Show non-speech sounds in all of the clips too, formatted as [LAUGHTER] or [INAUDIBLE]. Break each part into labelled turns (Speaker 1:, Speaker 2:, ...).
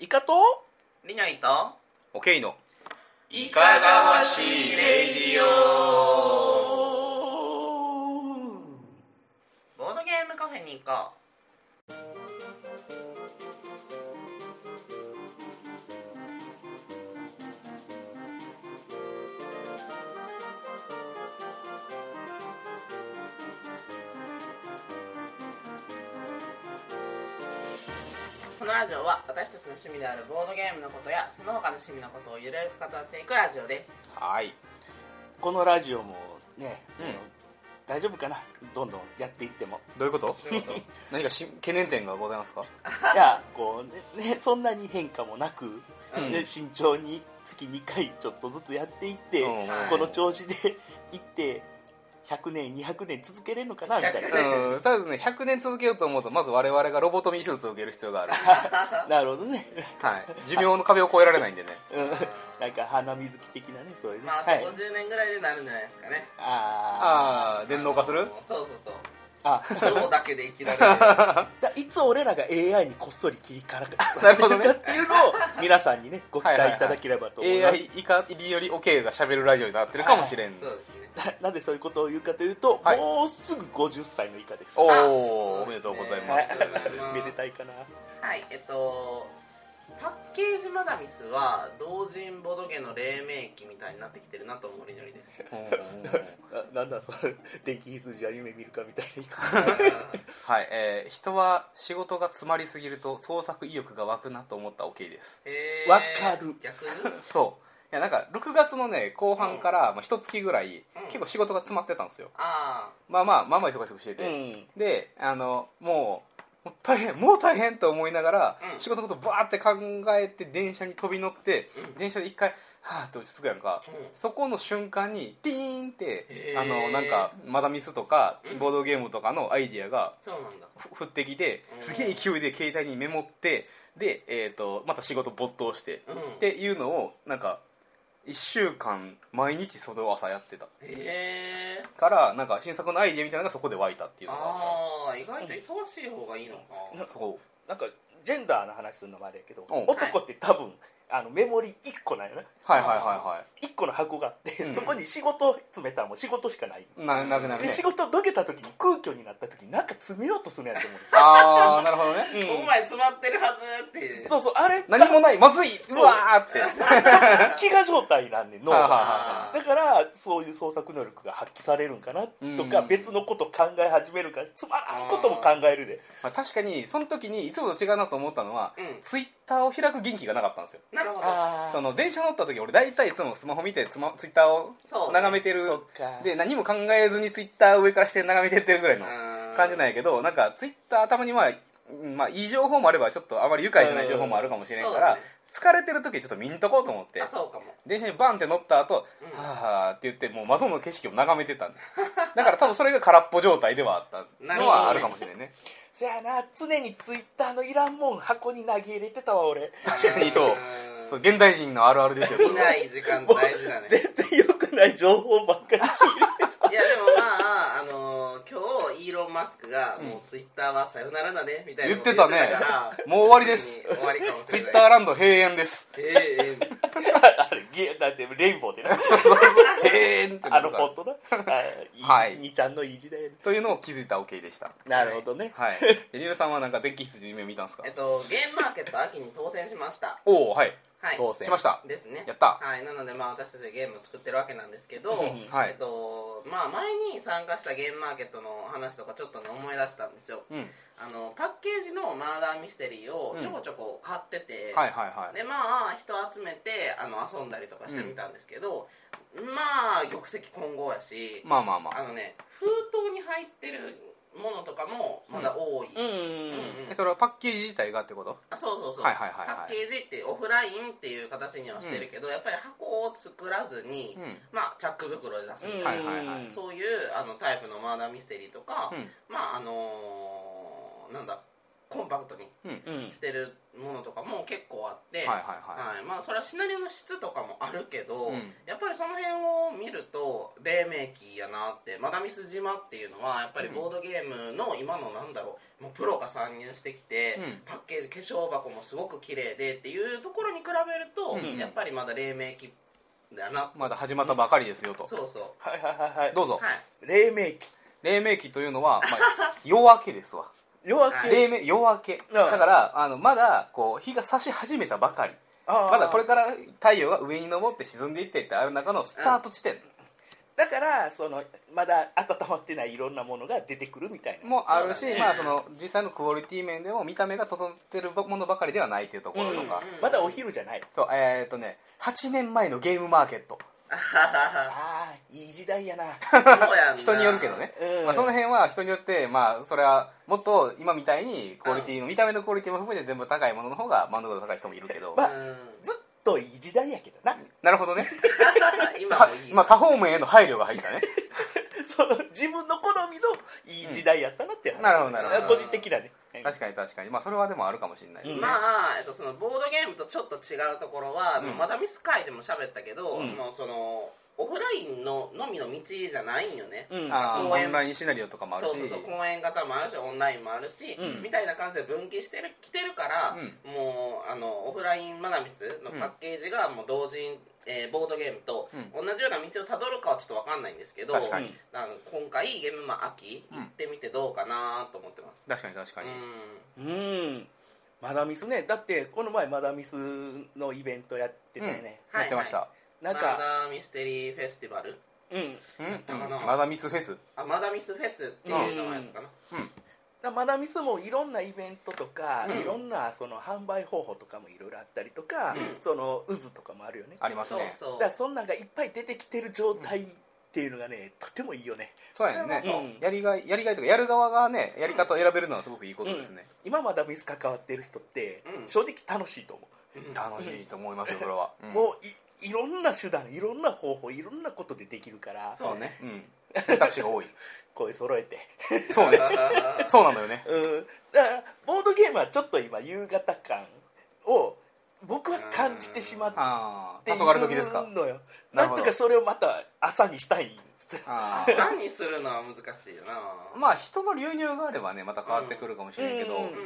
Speaker 1: イカと
Speaker 2: リナイと
Speaker 1: オケイの
Speaker 2: いかがわしいレイディ
Speaker 1: オ
Speaker 2: ボードゲームカフェに行こうこのラジオは私たちの趣味であるボードゲームのことやその他の趣味のことをゆるく語っていくラジオ
Speaker 1: [LAUGHS]
Speaker 2: です
Speaker 1: はいこのラジオもね、
Speaker 3: うん
Speaker 1: あの大丈夫かなどんどんやっていっ
Speaker 3: [LAUGHS]
Speaker 1: ても
Speaker 3: どういうこと
Speaker 2: どういうこと
Speaker 3: 何かし懸念点がございますか
Speaker 1: いやこうねねそんなに変化もなく、
Speaker 3: うん
Speaker 1: ね慎重に月2回ちょっとずつやっていって、
Speaker 3: うん
Speaker 2: はい
Speaker 1: この調子で [LAUGHS] いって100年200年続けれるのかなみたいな
Speaker 3: うんただね100年続けようと思うとまず我々がロボトミー手術を受ける必要がある、
Speaker 1: なるほどね、
Speaker 3: はい、寿命の壁を越えられないんでね
Speaker 1: うん、なんか花水木的なねそういうね、
Speaker 2: まあ、あと
Speaker 1: はい
Speaker 2: 50年ぐらいでなるんじゃないですかね。
Speaker 1: あ
Speaker 3: ああ電脳化す
Speaker 2: [LAUGHS]
Speaker 3: る
Speaker 2: そうそうそう。
Speaker 1: ーあ
Speaker 2: ロボだけで生きられる。
Speaker 3: [LAUGHS]
Speaker 1: だいつ俺らが AI にこっそり切り替わって
Speaker 3: なるほどね
Speaker 1: かっていうのを皆さんにねご期待いただければと思います、
Speaker 3: AI 以下入りより OK が喋るラジオになってるかもしれん、
Speaker 2: そうですね。
Speaker 1: [LAUGHS] ななぜそういうことを言うかというと、
Speaker 3: はい
Speaker 1: もうすぐ50歳の以下 [LAUGHS] です
Speaker 3: お
Speaker 2: あ
Speaker 3: おおめでとうござい
Speaker 2: は
Speaker 3: ま
Speaker 2: い
Speaker 3: す
Speaker 1: めでたいかな
Speaker 2: はい、えっと、パッケージマダミスは、同人ボドゲの黎明期みたいになってきてるなと思うりの
Speaker 3: [LAUGHS]
Speaker 2: りです。
Speaker 1: あなんだそれ電気羊は夢見るかみたいな言い方
Speaker 3: はい、えー人は仕事が詰まりすぎると創作意欲が湧くなと思った OK です
Speaker 2: えー
Speaker 1: わかる
Speaker 2: 逆に
Speaker 3: そういやなんか6月のね後半から、まあ、一月ぐらい、
Speaker 2: うん
Speaker 3: 結構仕事が詰まってたんですよ
Speaker 2: あ
Speaker 3: まあまあまあまあ忙しくしてて、
Speaker 1: うん
Speaker 3: であのもうもう大変もう大変と思いながら、
Speaker 2: うん
Speaker 3: 仕事のことバーって考えて電車に飛び乗って
Speaker 2: あ、うん
Speaker 3: 電車で一回はーって落ち着くやんかそこの瞬間にティーンって
Speaker 2: へー
Speaker 3: あのなんかマダミスとか
Speaker 2: うん
Speaker 3: ボードゲームとかのアイディアが
Speaker 2: そうなんだ。
Speaker 3: ふ降ってきて
Speaker 2: うん
Speaker 3: すげえ勢いで携帯にメモってで、えー、とまた仕事没頭して、
Speaker 2: うん
Speaker 3: っていうのをなんか1週間毎日それを朝やってた
Speaker 2: へえ。
Speaker 3: からなんか新作のアイディアみたいなのがそこで湧いたっていうのが
Speaker 2: ああ、意外と忙しい方がいいのか。
Speaker 3: そう
Speaker 1: なんかジェンダーの話するのもあれやけど
Speaker 3: うん
Speaker 1: 男って多分あのメモリ1個なんやな
Speaker 3: はいはいは
Speaker 1: 1個の箱があって、
Speaker 3: うん
Speaker 1: そこに仕事を詰めたらもう仕事しかない
Speaker 3: いはいななくなる
Speaker 1: で
Speaker 3: ね
Speaker 1: 仕事どけた時に空虚になった時になんか詰めようとするんやと思う
Speaker 3: ああなるほどね
Speaker 1: う
Speaker 2: お
Speaker 1: ん
Speaker 2: 前詰まってるはずっていう。
Speaker 1: そうそうあれ
Speaker 3: 何もないまずいうわーって
Speaker 1: 飢餓状態なんで脳
Speaker 3: はいはい
Speaker 1: が
Speaker 2: あー
Speaker 1: だからそういう創作能力が発揮されるんかなとか、
Speaker 3: うん
Speaker 1: 別のこと考え始めるからつまらんことも考えるで
Speaker 3: まあ、確かにその時にいつもと違うなと思ったのは、
Speaker 2: うん
Speaker 3: ツイッターを開く元気がなかったんですよ
Speaker 2: なるほど。
Speaker 1: あ
Speaker 3: その電車乗った時俺大体いつもスマホ見てつまツイッターを
Speaker 2: そう、
Speaker 3: 眺めてる
Speaker 1: そっか
Speaker 3: で何も考えずにツイッター上からして眺めてってるぐらいの感じなん
Speaker 2: い
Speaker 3: やけどなんかツイッターたまにまあうんまあ、いい情報もあればちょっとあまり愉快じゃない情報もあるかもしれんから、疲れてる時ちょっと見んとこうと思って
Speaker 2: あそうかも、
Speaker 3: 電車にバンって乗った後、
Speaker 2: うん
Speaker 3: はあって言ってもう窓の景色を眺めてたんでだから多分それが空っぽ状態ではあったのはあるかもしれんね
Speaker 1: そやな常にツイッターのいらんもん箱に投げ入れてたわ俺
Speaker 3: 確かにそう
Speaker 2: ーん
Speaker 3: そう現代人のあるあるですよこれは
Speaker 2: 見ない時間大事だねいや
Speaker 1: 全然良くない情報ばっかり仕入れて
Speaker 2: でもまあ、あのー今日イーロン・マスクが「もうツイッターはさよならだね」みたいなこと
Speaker 3: 言ってたね
Speaker 2: から
Speaker 3: もう終わりです
Speaker 2: 終わりかもし
Speaker 3: ツイ
Speaker 2: れない
Speaker 3: ッターランド閉園です
Speaker 2: えええ
Speaker 1: たあれゲなんてレインボーでな
Speaker 3: 閉園ってな
Speaker 1: あの
Speaker 3: る
Speaker 1: フ
Speaker 3: か
Speaker 1: ォ
Speaker 3: ら
Speaker 1: ントなはい
Speaker 3: はい
Speaker 1: にちゃんのいい時代やね
Speaker 3: というのを気づいた OK でした
Speaker 1: なるほどね、
Speaker 2: [LAUGHS]
Speaker 3: はいでリルさんはなんか電気羊の夢を見たんですか
Speaker 2: えっとゲームマーケット秋に当選しました
Speaker 3: おおはい
Speaker 2: はい
Speaker 1: 当選
Speaker 3: しました
Speaker 2: ですね
Speaker 3: やった
Speaker 2: はいなのでまあ私たちでゲームを作ってるわけなんですけど、
Speaker 1: うん
Speaker 3: はい
Speaker 2: えっとまあ前に参加したゲームマーケットの話とかちょっとね思い出したんですよ
Speaker 3: うんはい
Speaker 2: あのパッケージのマーダーミステリーをちょこちょこ買ってて、
Speaker 3: はいはい
Speaker 2: でまあ人集めてあの遊んだりとかしてみたんですけど、まあ玉石混合やし、
Speaker 3: まあまあま
Speaker 2: あ
Speaker 3: あ
Speaker 2: のね封筒に入ってるものとかもまだ多い、
Speaker 1: うん
Speaker 2: うん
Speaker 3: えそれはパッケージ自体がってこと
Speaker 2: あそうそうそう、
Speaker 3: はいはいはいはい
Speaker 2: パッケージってオフラインっていう形にはしてるけど、やっぱり箱を作らずに、
Speaker 3: うん
Speaker 2: まあチャック袋で出すみたいな、
Speaker 3: はいはいはい
Speaker 2: そういうあのタイプのマーダーミステリーとか、
Speaker 3: うん
Speaker 2: まああのーなんだコンパクトに
Speaker 3: うん、はい
Speaker 1: うん
Speaker 2: してるものとかも結構あって、
Speaker 3: はいは
Speaker 2: はいまあ、それはシナリオの質とかもあるけど、
Speaker 3: うん
Speaker 2: やっぱりその辺を見ると黎明期やなってマダミス島っていうのはやっぱりボードゲームの今のなんだろうもうプロが参入してきて、
Speaker 3: うん
Speaker 2: パッケージ化粧箱もすごく綺麗でっていうところに比べると、
Speaker 3: うん
Speaker 2: やっぱりまだ黎明期だない
Speaker 3: まだ始まったばかりですよと
Speaker 2: そうそ
Speaker 1: はいはいはいはいう
Speaker 3: どう
Speaker 2: う
Speaker 3: ぞ、
Speaker 2: はい
Speaker 1: 黎明期
Speaker 3: 黎明期というの
Speaker 2: [LAUGHS]
Speaker 3: は、まあ、夜明けですわ
Speaker 1: 夜明
Speaker 2: はい
Speaker 1: け
Speaker 3: 黎明夜明けだからあのまだこう日が差し始めたばかり
Speaker 1: あー
Speaker 3: まだこれから太陽が上に昇って沈んでいってってある中のスタート地点
Speaker 1: だからそのまだ温まってないいろんなものが出てくるみたいな
Speaker 3: もあるし、
Speaker 2: そうだね
Speaker 3: まあその実際のクオリティ面でも見た目が整ってるものばかりではないというところとか、
Speaker 2: うん
Speaker 1: まだお昼じゃない
Speaker 3: そうえーっとね8年前のゲームマーケット
Speaker 2: あは
Speaker 1: ああいい時代やな
Speaker 2: ははそうやんな
Speaker 3: 人によるけどね、
Speaker 1: うん
Speaker 3: まあ、その辺は人によってまあそれはもっと今みたいにクオリティの見た目のクオリティも含めて全部高いものの方が満足度高い人もいるけど、
Speaker 1: まあ
Speaker 2: うん
Speaker 1: ずっといい時代やけどな
Speaker 3: なるほどね
Speaker 2: 今もいい
Speaker 3: まあ多方面への配慮が入った
Speaker 2: [LAUGHS]
Speaker 3: ね
Speaker 1: その自分の好みのいい時代やったなって話、
Speaker 3: うんなるほどなる
Speaker 2: ほど
Speaker 1: 個人的なね
Speaker 3: 確かに確かにまあそれはでもあるかもしれないですね、
Speaker 2: まあ、えっと、そのボードゲームとちょっと違うところは、
Speaker 3: うん
Speaker 2: もうまだミス会でも喋ったけど、
Speaker 1: うん
Speaker 2: もうそのオフラインののみの道じゃないんよね、
Speaker 1: うん
Speaker 3: あー
Speaker 2: 応援
Speaker 3: オンラインシナリオとかもあるし
Speaker 2: そうそうそう公演型もあるしオンラインもあるし、
Speaker 1: うん
Speaker 2: みたいな感じで分岐してるきてるから、
Speaker 3: う
Speaker 2: もうあのオフラインマナミスのパッケージがもう同時に、えーボードゲームと
Speaker 3: うん
Speaker 2: 同じような道をたどるかはちょっとわかんないんですけど
Speaker 3: 確かに
Speaker 2: あの今回ゲームマン秋行ってみてどうかなと思ってます、
Speaker 3: 確かに確か
Speaker 2: う
Speaker 3: に、
Speaker 2: ん
Speaker 1: うんマダミスねだってこの前マダミスのイベントやってたよね、
Speaker 2: はい
Speaker 3: やってました、
Speaker 1: なん
Speaker 2: マ
Speaker 1: か、
Speaker 2: ダーミステリーフェスティバル
Speaker 1: うん
Speaker 2: たかな
Speaker 3: うんまだミスフェス
Speaker 2: あマダミスフェスっていう名前だったかな、
Speaker 3: うん
Speaker 1: だマダミスもいろんなイベントとか、
Speaker 2: うん
Speaker 1: いろんなその販売方法とかもいろいろあったりとか、
Speaker 2: うん
Speaker 1: その渦とかもあるよね
Speaker 3: あります
Speaker 2: そう
Speaker 3: ね
Speaker 2: そう
Speaker 1: だからそんなんがいっぱい出てきてる状態っていうのがねとてもいいよね
Speaker 3: そうやんね、
Speaker 1: そううん
Speaker 3: やりがいやりがいとかやる側がねやり方を選べるのはすごくいいことですね、
Speaker 1: 今マダミス関わってる人って
Speaker 2: うん
Speaker 1: 正直楽しいと思
Speaker 2: うん
Speaker 3: 楽しいと思いますよそれは、
Speaker 1: う、
Speaker 3: うん
Speaker 1: もういいろんな手段いろんな方法いろんなことでできるから
Speaker 2: そうね
Speaker 3: うん選択肢が多い
Speaker 1: 声揃えて
Speaker 3: そう
Speaker 2: [LAUGHS]
Speaker 3: ねそうなのよね
Speaker 1: うんだからボードゲームはちょっと今夕方感を僕は感じてしまって
Speaker 3: ああ黄
Speaker 1: い
Speaker 3: 昏時ですか
Speaker 1: るのよ
Speaker 3: な
Speaker 1: な
Speaker 3: るほ
Speaker 1: ん
Speaker 3: ど
Speaker 1: とかそれをまた朝にしたいんです
Speaker 3: あー
Speaker 2: 3にするのは難しいよな
Speaker 3: まあ人の流入があればねまた変わってくるかもしれんけど、
Speaker 1: うんう
Speaker 2: う
Speaker 1: ん
Speaker 2: んうん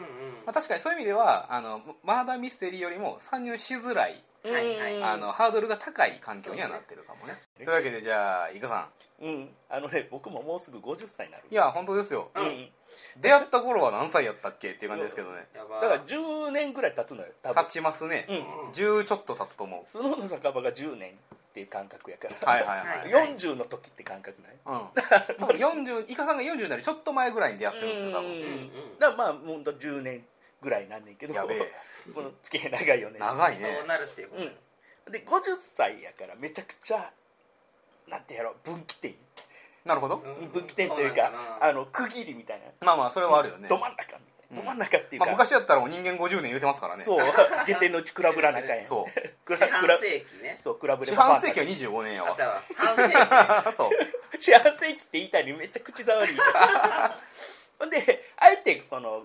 Speaker 3: まあ、確かにそういう意味ではあのマーダーミステリーよりも参入しづらい、
Speaker 2: はいはい
Speaker 1: うん
Speaker 3: あのハードルが高い環境にはなってるかもね
Speaker 1: そうね
Speaker 3: というわけでじゃあ伊賀さ
Speaker 1: うんあのね僕ももうすぐ50歳になる
Speaker 3: んいや本当ですよ
Speaker 1: うん
Speaker 3: 出会った頃は何歳やったっけっていう感じですけどね
Speaker 2: や
Speaker 1: だ
Speaker 2: ば
Speaker 1: から10年ぐらい経つのよ多分
Speaker 3: 経ちますね、
Speaker 1: うん
Speaker 2: うん
Speaker 3: 10ちょっと経つと思う
Speaker 1: スノーの酒場が10年っていう感覚やから、
Speaker 3: はいはいはい、
Speaker 2: はい
Speaker 1: 40の時って感覚ない
Speaker 3: [LAUGHS] うん、僕40イカさんが40になるちょっと前ぐらいに出会ってるんですよ多
Speaker 1: うん
Speaker 3: 分
Speaker 2: うん
Speaker 1: だからまあもう10年ぐらいなんねんけど
Speaker 3: やべえ
Speaker 1: この付き合い長いよね
Speaker 3: 長いね
Speaker 2: そうなるっていうこと、
Speaker 1: うん、で50歳やからめちゃくちゃなんてやろう分岐点、
Speaker 3: なるほど
Speaker 2: うん
Speaker 1: 分岐点という
Speaker 2: そ
Speaker 1: か
Speaker 2: うなん
Speaker 1: あ
Speaker 2: か
Speaker 1: の区切りみたいな
Speaker 3: まあまあそれはあるよね、
Speaker 1: ど真ん中みたいな、
Speaker 3: うん
Speaker 1: ど真ん中っていう
Speaker 3: ま
Speaker 1: か、
Speaker 3: あ、昔だったらもう人間50年言うてますからね
Speaker 1: そう下手のうち比べらなあかんやん
Speaker 3: そう
Speaker 1: 比べ
Speaker 2: な四半世紀ね
Speaker 1: そう比べれば
Speaker 3: 四半世紀は25年や
Speaker 2: あ
Speaker 3: わ
Speaker 2: じゃあ半世紀
Speaker 3: [LAUGHS] そう
Speaker 1: 四半世紀って言いたいのにめっちゃ
Speaker 2: [LAUGHS]
Speaker 1: 口触りいいほんであえてその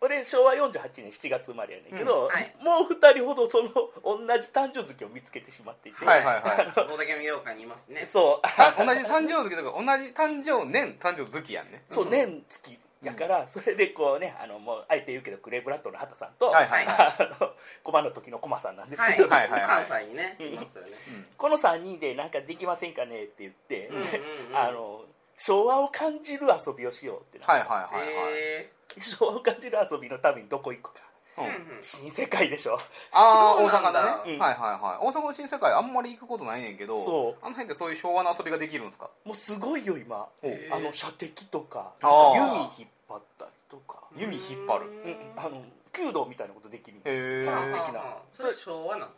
Speaker 1: 俺昭和48年7月生まれやねんけど、
Speaker 2: うんはい
Speaker 1: もう2人ほどその同じ誕生月を見つけてしまっていて、
Speaker 3: はいはいはい
Speaker 2: ボードゲーム業界にいますね
Speaker 1: そう
Speaker 3: た同じ誕生月とか同じ誕生年誕生月やんね
Speaker 1: そううん年月やから、それでこうねあのもうあえて言うけどクレーブラッドの畑さんと、
Speaker 3: はいはいはい、
Speaker 1: [LAUGHS] あの駒の時の駒さんなんです
Speaker 2: は
Speaker 1: け
Speaker 2: い、
Speaker 1: ど、
Speaker 3: はいはいはい
Speaker 2: 関西にねいますよね
Speaker 1: この3人でなんかできませんかねって言って、
Speaker 2: うんうんうん
Speaker 1: あの昭和を感じる遊びをしようってな、
Speaker 3: はいはいはいはい、
Speaker 2: え
Speaker 1: 昭和を感じる遊びのためにどこ行くか
Speaker 2: ー
Speaker 3: うん
Speaker 2: うんうん
Speaker 1: 新世界でしょ
Speaker 3: ああ
Speaker 2: そ
Speaker 3: 大
Speaker 2: うな
Speaker 3: 阪
Speaker 2: んだ
Speaker 3: だね、
Speaker 1: うん
Speaker 3: はいはいはい大阪の新世界あんまり行くことないねんけど
Speaker 1: そう
Speaker 3: あの辺ってそういう昭和の遊びができるんですか
Speaker 1: もうすごいよ今
Speaker 3: おう
Speaker 2: へえー
Speaker 1: あの射的とか
Speaker 3: あー
Speaker 1: 弓引っ張ったりとか、
Speaker 3: 弓引っ張る
Speaker 1: うんあの弓道みたいなことできるい
Speaker 3: へ
Speaker 1: そう
Speaker 3: え
Speaker 1: なんだ的な
Speaker 2: ああそれ昭和なの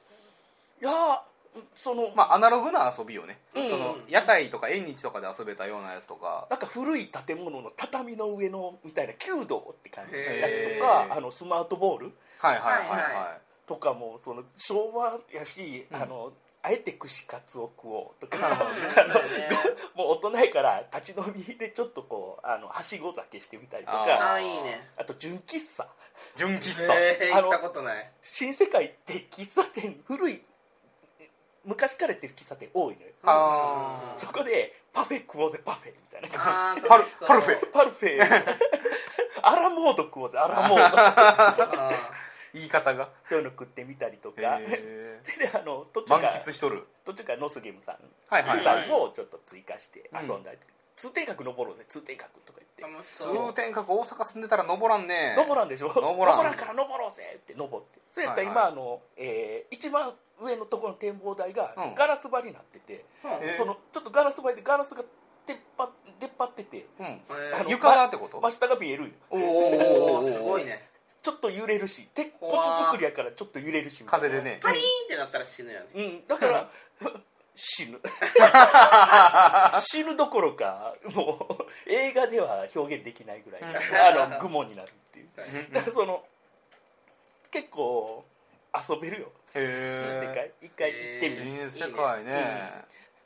Speaker 1: やーその、
Speaker 3: まあアナログな遊びよね、
Speaker 1: うん
Speaker 3: その屋台とか縁日とかで遊べたようなやつとか
Speaker 1: なんか古い建物の畳の上のみたいな弓道って感じのやつと
Speaker 3: へ
Speaker 1: か
Speaker 3: ー
Speaker 1: あのスマートボール
Speaker 3: はいはいはいはい、
Speaker 2: はいは
Speaker 1: とかもその昭和やし、
Speaker 3: うん
Speaker 1: あのあえて串カツを食おうとか、
Speaker 3: なるほど
Speaker 2: そうだよね
Speaker 1: もう大人やから立ち飲みでちょっとこうあのはしご酒してみたりと
Speaker 2: あ
Speaker 1: かあ
Speaker 2: あいいね
Speaker 1: と純喫茶
Speaker 3: 純喫茶、
Speaker 2: えー行
Speaker 1: あの
Speaker 2: ったことない
Speaker 1: 新世界って喫茶店古い昔からやってる喫茶店多いのよ
Speaker 3: あ
Speaker 1: そこでパフェ食おうぜパフェみたいな感じ
Speaker 2: あー
Speaker 3: パル
Speaker 2: 楽しそう
Speaker 3: パルフェ
Speaker 1: パル
Speaker 3: [LAUGHS]
Speaker 1: フェアラモード食おうぜアラモード
Speaker 2: あ
Speaker 3: 言い方が、
Speaker 1: そういうの食ってみたりとか、
Speaker 3: え
Speaker 1: それであの途
Speaker 3: ー、満
Speaker 1: 中から
Speaker 3: 喫しとる
Speaker 1: 途中からノスゲムさん
Speaker 3: はい
Speaker 2: はい
Speaker 1: さんをちょっと追加して遊んだり、通天閣登ろうぜ通天閣とか
Speaker 2: ー
Speaker 1: 言って
Speaker 2: 楽し
Speaker 3: 通
Speaker 2: そう
Speaker 3: 天閣大阪住んでたら登らんね
Speaker 1: 登らんでしょ
Speaker 3: 登らん
Speaker 1: から登ろうぜって登ってそれやったら
Speaker 3: はい
Speaker 1: 今
Speaker 3: は
Speaker 1: あの、えー一番上のところの展望台が
Speaker 3: うん
Speaker 1: ガラス張りになってて、
Speaker 2: うん
Speaker 3: えー
Speaker 1: そのちょっとガラス張りでガラスが出っ張っ出っ張ってて
Speaker 3: うん
Speaker 2: え
Speaker 1: あの
Speaker 2: ー
Speaker 3: 床がってこと、
Speaker 1: 真下が見えるよ
Speaker 3: お
Speaker 2: おお
Speaker 3: ー
Speaker 2: すごいね
Speaker 1: ちょっと揺れるし鉄骨作りやからちょっと揺れるしみたいな
Speaker 3: 風でね
Speaker 2: パリーンってなったら死ぬよね
Speaker 1: うんだから死
Speaker 3: [LAUGHS]
Speaker 1: ぬ死ぬどころかもう映画では表現できないぐらい
Speaker 2: うん
Speaker 1: あの雲になるっていう
Speaker 3: うん
Speaker 1: だからその結構遊べるよ新世
Speaker 3: へ
Speaker 1: 界一回行ってみる、
Speaker 3: え新世界ね、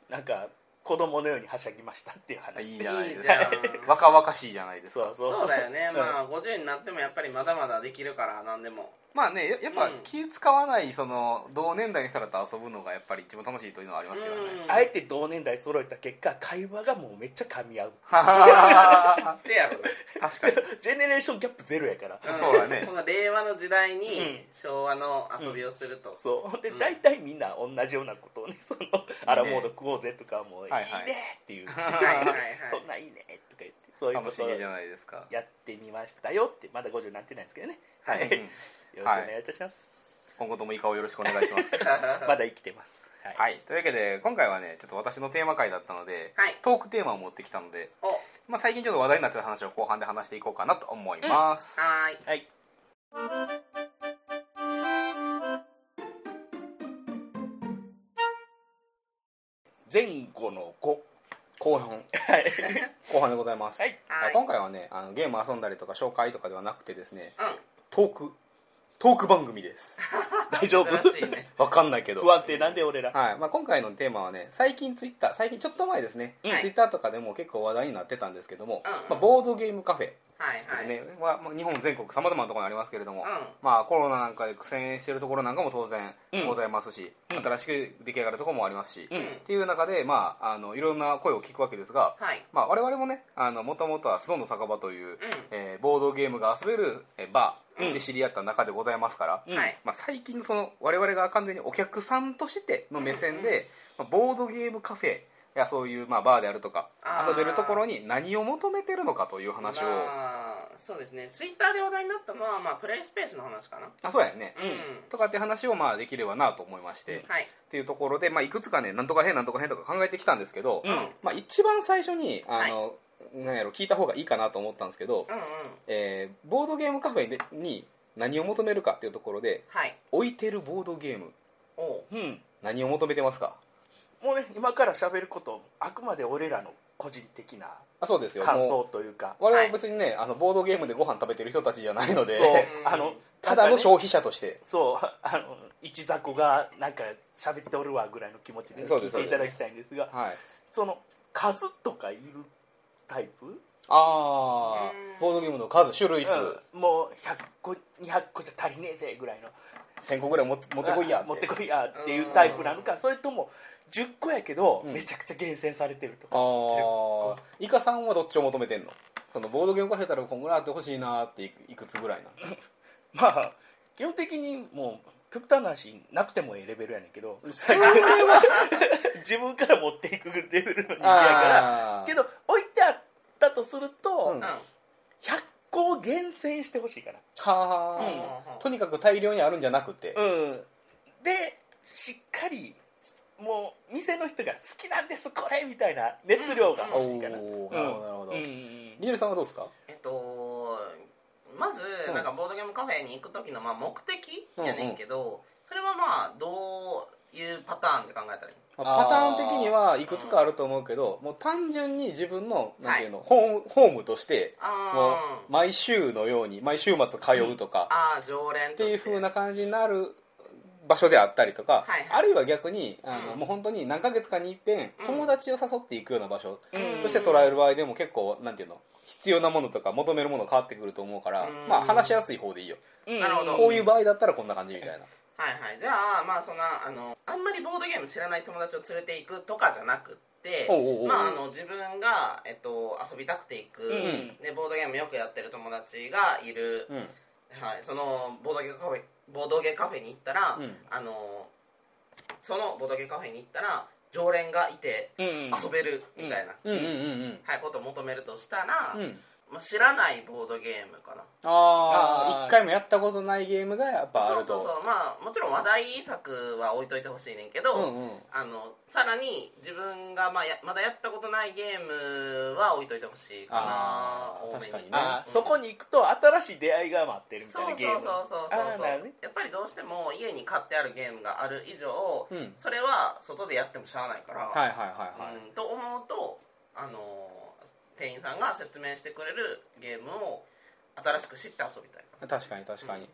Speaker 1: なんか子供のようにはしゃぎましたっていう話
Speaker 3: いいじゃないです
Speaker 2: いい
Speaker 3: か
Speaker 2: じゃん
Speaker 3: 若々しいじゃないです
Speaker 1: そ
Speaker 3: か
Speaker 1: うそう
Speaker 2: そうだよね
Speaker 1: うん
Speaker 2: まあ50になってもやっぱりまだまだできるから何でも
Speaker 3: まあねややっぱ
Speaker 2: うん
Speaker 3: 気使わないその同年代の人らと遊ぶのがやっぱり一番楽しいというのはありますけどね、
Speaker 2: うん
Speaker 1: あえて同年代揃えた結果会話がもうめっちゃ噛み合う
Speaker 2: せやろね
Speaker 3: 確かに
Speaker 1: ジェネレーションギャップゼロやから
Speaker 2: ん
Speaker 3: そうだね
Speaker 2: この令和の時代
Speaker 1: う
Speaker 2: に
Speaker 1: ん
Speaker 2: 昭和の遊びをすると
Speaker 1: そうで
Speaker 2: うん
Speaker 1: 大体みんな同じようなことをねそのアラモード食おうぜとかもういい
Speaker 3: はい
Speaker 1: ね
Speaker 3: はい
Speaker 1: っていう、
Speaker 2: はいはいはい
Speaker 1: [LAUGHS] そんないいねとか言ってそういうこ
Speaker 3: 楽し
Speaker 1: と
Speaker 3: みじゃないですか
Speaker 1: やってみましたよってまだ50になってないんですけどねはい
Speaker 3: うん
Speaker 1: よろしくお願いいたします、
Speaker 3: 今後ともいい顔よろしくお願いします
Speaker 1: [LAUGHS] まだ生きてますはい、
Speaker 3: はいというわけで今回はねちょっと私のテーマ会だったので、
Speaker 2: はい
Speaker 3: トークテーマを持ってきたので、
Speaker 2: おは
Speaker 3: まあ、最近ちょっと話題になってた話を後半で話していこうかなと思います、
Speaker 2: ーい
Speaker 1: はい前後の5
Speaker 3: 後半
Speaker 1: はい
Speaker 3: 後半でございます、
Speaker 1: はい
Speaker 2: はい
Speaker 3: 今回はねあのゲーム遊んだりとか紹介とかではなくてですね
Speaker 2: う
Speaker 3: トークトーク番組
Speaker 1: [LAUGHS]
Speaker 3: です
Speaker 1: 大丈夫
Speaker 2: ん珍しいね
Speaker 3: わかんないけど
Speaker 1: 不安定なんで俺ら
Speaker 3: はいまあ、今回のテーマはね最近ツイッター最近ちょっと前ですね、
Speaker 1: うん
Speaker 3: ツイッターとかでも結構話題になってたんですけども、
Speaker 2: うん
Speaker 3: まあ、ボードゲームカフェ
Speaker 2: はい
Speaker 3: で
Speaker 2: は
Speaker 3: す
Speaker 2: い
Speaker 3: ね、まあまあ日本全国さまざまなところにありますけれども、
Speaker 2: うん
Speaker 3: まあ、コロナなんかで苦戦してるところなんかも当然
Speaker 1: うん
Speaker 3: ございますし、
Speaker 1: うん
Speaker 3: 新しく出来上がるところもありますし、
Speaker 1: うん
Speaker 3: っていう中で、まあ、あのいろんな声を聞くわけですが、
Speaker 2: はい
Speaker 3: まあ、我々もねもともとはスノーの酒場という、
Speaker 2: う
Speaker 3: えーボードゲームが遊べるえーバ
Speaker 1: う
Speaker 3: ー
Speaker 1: ん
Speaker 3: で知り合った中でございますから、
Speaker 1: うん
Speaker 2: んはい
Speaker 3: まあ、最近その我々が完全にお客さんとしての目線で、まあ、ボードゲームカフェやそういうまあバーであるとか
Speaker 2: あー
Speaker 3: 遊べるところに何を求めてるのかという話を、
Speaker 2: まあそうですねツイッターで話題になったのはまあプレイスペースの話かな
Speaker 3: あ、そうやね、
Speaker 2: うん
Speaker 3: とかって話をまあできればなと思いまして、っ
Speaker 2: はい
Speaker 3: ていうところで、まあ、いくつかねなんとか変なんとか変とか考えてきたんですけど、
Speaker 1: うん
Speaker 3: まあ、一番最初にあの、なんやろ聞いた方がいいかなと思ったんですけど、
Speaker 2: うんうん
Speaker 3: えーボードゲームカフェでに何を求めるかっていうところで
Speaker 2: はい
Speaker 3: 置いてるボードゲーム
Speaker 2: おう
Speaker 1: うん
Speaker 3: 何を求めてますか
Speaker 1: もうね今から喋ることあくまで俺らの個人的な
Speaker 3: あそうですよ
Speaker 1: 感
Speaker 3: もう
Speaker 1: 想というか
Speaker 3: 我々は別にね、あのボードゲームでご飯食べてる人たちじゃないので
Speaker 1: そう
Speaker 2: うん
Speaker 1: あの
Speaker 3: ただの
Speaker 1: なんかね
Speaker 3: 消費者として、
Speaker 1: そうあの一雑魚がなんか喋っておるわぐらいの気持ちで
Speaker 3: そうで
Speaker 1: 聞い
Speaker 3: す
Speaker 1: ていただきたいんですが
Speaker 3: はい、
Speaker 1: その数とかいるタイプ、
Speaker 3: ああ
Speaker 2: うん
Speaker 3: ボードゲームの数種類数、
Speaker 1: うんもう100個200個じゃ足りねえぜぐらいの
Speaker 3: 1000個ぐらい持って持ってこいやって
Speaker 1: 持ってこいやっていうタイプなのかそれとも10個やけど、
Speaker 3: うん
Speaker 1: めちゃくちゃ厳選されてるとか
Speaker 3: ああイカさんはどっちを求めてんのそのボードゲームカフェたらこんぐらいあってほしいなーっていくいくつぐらいな
Speaker 1: まあ基本的にもう極端な話なくてもええレベルやねんけど [LAUGHS] 自分から持っていくレベルの人間やから
Speaker 3: [LAUGHS] あー
Speaker 1: けど置いてあったとすると、
Speaker 3: うん
Speaker 2: うん
Speaker 1: 100個を厳選してほしいかな
Speaker 3: は
Speaker 1: うん
Speaker 3: ーとにかく大量にあるんじゃなくて、
Speaker 1: うん、でしっかりもう店の人が好きなんですこれみたいな熱量が
Speaker 3: お
Speaker 1: 欲し
Speaker 3: お
Speaker 1: い
Speaker 3: ー
Speaker 1: かな、
Speaker 3: なるほどなるほど、
Speaker 1: うん
Speaker 3: リエルさんはどうですか
Speaker 2: えっとまず
Speaker 3: うん
Speaker 2: なんかボードゲームカフェに行く時のまあ目的やねんけどそれはまあどういうパターンで考えたらいい
Speaker 3: ま
Speaker 1: あー
Speaker 3: あパターン的にはいくつかあると思うけど、もう単純に自分のなんていうの、ホームホームとしてもう
Speaker 2: あー
Speaker 3: 毎週のように毎週末通うとか、
Speaker 2: あー常連
Speaker 3: っ
Speaker 2: と
Speaker 3: て
Speaker 2: して
Speaker 3: いう風な感じになる場所であったりとか、
Speaker 2: はいはい
Speaker 3: あるいは逆にあの、
Speaker 2: うん
Speaker 3: もう本当に何ヶ月かに一遍
Speaker 2: うん
Speaker 3: 友達を誘っていくような場所
Speaker 1: うん
Speaker 3: として捉える場合でも結構なんていうの必要なものとか求めるもの変わってくると思うから、
Speaker 2: うん
Speaker 3: まあ話しやすい方でいいよ、
Speaker 1: うん
Speaker 2: なるほど
Speaker 3: こういう場合だったらこんな感じみたいな
Speaker 2: はいはいじゃあまあそんなあのあんまりボードゲーム知らない友達を連れていくとかじゃなくって
Speaker 3: おうおうおう
Speaker 2: まああの自分が、えっと、遊びたくて行く、
Speaker 1: うん
Speaker 2: でボードゲームよくやってる友達がいる、
Speaker 3: うん
Speaker 2: はい、そのボードゲームカフェボードゲーカフェに行ったら、
Speaker 3: うん
Speaker 2: あのそのボードゲームカフェに行ったら常連がいて
Speaker 1: うんうん
Speaker 2: 遊べるみたいな、
Speaker 3: うんうんうんうん
Speaker 2: はい、ことを求めるとしたら、
Speaker 3: うん
Speaker 2: まあ、知らないボードゲームかな
Speaker 3: あ
Speaker 1: あ
Speaker 3: あ
Speaker 1: ー
Speaker 3: 一回もやったことないゲームがやっぱあると
Speaker 2: そうそうそうまあもちろん話題作は置いといてほしいねんけど、
Speaker 3: うんうん
Speaker 2: あのさらに自分が、まあ、やまだやったことないゲームは置いといてほしいか
Speaker 3: あー
Speaker 2: な多め
Speaker 3: 確かにね
Speaker 1: あー
Speaker 2: うん
Speaker 1: そこに行くと新しい出会いが待ってるみたい
Speaker 2: そ
Speaker 1: な
Speaker 2: う
Speaker 1: ゲー
Speaker 2: そ
Speaker 1: ム
Speaker 2: うそうそうそう
Speaker 1: あー
Speaker 2: そう
Speaker 1: なるほどね
Speaker 2: やっぱりどうしても家に買ってあるゲームがある以上、
Speaker 3: うん
Speaker 2: それは外でやってもしゃあないから、
Speaker 3: はいはいはいはい、
Speaker 2: うん、と思うとあのー店員さんが説明してくれるゲームを新しく知って遊びたいか
Speaker 3: 確かに確かに、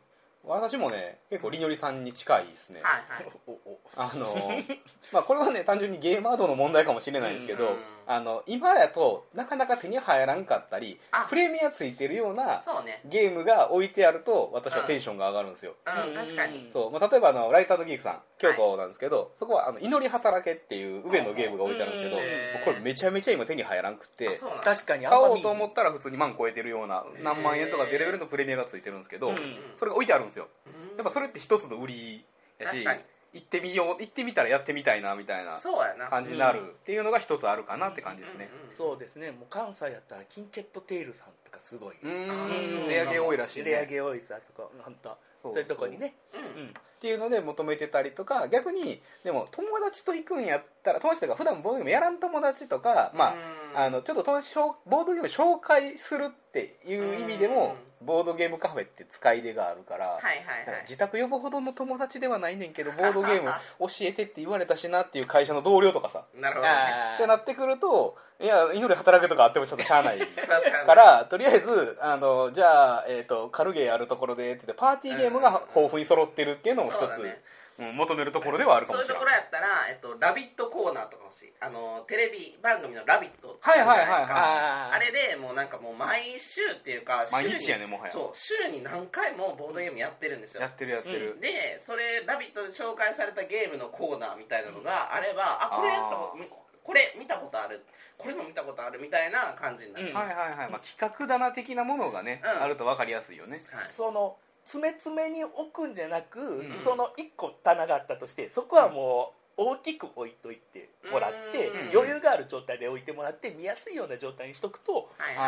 Speaker 3: 私もね結構りのりさんに近いですね、
Speaker 2: なはいはい
Speaker 1: おお
Speaker 3: あの [LAUGHS] ーまあこれはね単純にゲームアートの問題かもしれないですけど、
Speaker 2: うんうん
Speaker 3: あの今やとなかなか手に入らんかったり
Speaker 2: あ
Speaker 3: プレミアついてるような
Speaker 2: そうね
Speaker 3: ゲームが置いてあると私はテンションが上がるんですよ、
Speaker 2: うん、
Speaker 1: うん
Speaker 2: 確かに
Speaker 3: そうまあ、例えばあのライターのギークさん京都なんですけど、そこはあの祈り働けっていう上のゲームが置いてあるんですけど、
Speaker 1: うん
Speaker 2: うん
Speaker 3: もうこれめちゃめちゃ今手に入らんくって
Speaker 2: あそうなんだ
Speaker 1: 確かに
Speaker 3: 買お
Speaker 1: あんま
Speaker 3: う
Speaker 1: 見
Speaker 3: と思ったら普通に万超えてるような
Speaker 2: へー
Speaker 3: 何万円とか出レベルのプレミアがついてるんですけど、
Speaker 1: うん
Speaker 3: それが置いてあるんですよ
Speaker 2: うん
Speaker 3: やっぱそれって一つの売りやし
Speaker 2: 確かに
Speaker 3: 行ってみよう行ってみたらやってみたいなみたいな
Speaker 2: そうやな
Speaker 3: 感じになるっていうのが一つあるかなって感じですね
Speaker 2: うんうんうん
Speaker 1: そうですねもう関西やったらキンケットテールさんとかすごい
Speaker 3: うん
Speaker 2: うん
Speaker 3: 値上げ多いらしい
Speaker 1: レア
Speaker 3: ね
Speaker 1: ゲ多いですあそこ本当
Speaker 3: そう
Speaker 1: そういうとこにね
Speaker 2: うん
Speaker 1: う
Speaker 3: っ
Speaker 1: ん
Speaker 3: ていうので求めてたりとか逆にでも友達と行くんやったら友達とか普段ボードゲームやらん友達とかま
Speaker 2: うん
Speaker 3: ああのちょっと友達紹ボードゲーム紹介するっていう意味でもボードゲームカフェって使い出があるから
Speaker 2: はい
Speaker 3: だ
Speaker 2: は
Speaker 3: か
Speaker 2: いは
Speaker 3: ら
Speaker 2: い
Speaker 3: 自宅呼ぶほどの友達ではないねんけ
Speaker 2: [LAUGHS]
Speaker 3: どボードゲーム教えてって言われたしなっていう会社の同僚とかさ
Speaker 2: なるほどね
Speaker 1: あ
Speaker 3: ってな
Speaker 1: ー
Speaker 3: ってくるといや祈り働けとかあってもちょっとしゃあない
Speaker 2: 確かに [LAUGHS]
Speaker 3: からとりあえずあのじゃあ、えー、と軽ゲーあるところでって言ってパーティーゲームが豊富に揃ってるっていうのも一
Speaker 2: そう
Speaker 3: つ
Speaker 2: だ、ね
Speaker 3: うん求めるところではあるか
Speaker 2: そう
Speaker 3: も
Speaker 2: いう
Speaker 3: しれ
Speaker 2: と
Speaker 3: ない
Speaker 2: ころやったら「えっと、ラビット!」コーナーとか欲しいあのテレビ番組の「ラビット!」
Speaker 3: はいはいはい
Speaker 2: あるじゃなですか
Speaker 1: あー
Speaker 2: あれでもうなんかもう毎週っていうか
Speaker 3: 毎
Speaker 2: 週に
Speaker 3: 日やねもはや
Speaker 2: そう週に何回もボードゲームやってるんですよ
Speaker 3: やってるやってる、
Speaker 2: でそれ「ラビット!」で紹介されたゲームのコーナーみたいなのがあれば、あこれやったこ
Speaker 3: あー
Speaker 2: みこれ見たことあるこれも見たことあるみたいな感じになる、
Speaker 1: うん
Speaker 3: はいはいはい、まあ、企画棚的なものがね、
Speaker 2: うん
Speaker 3: あると分かりやすいよね
Speaker 2: はい
Speaker 1: その詰め詰めに置くんじゃなく、
Speaker 3: ん
Speaker 1: その1個棚があったとしてそこはもう大きく置いといてもらって、
Speaker 2: うん
Speaker 1: 余裕がある状態で置いてもらって見やすいような状態にしとくと
Speaker 2: はいは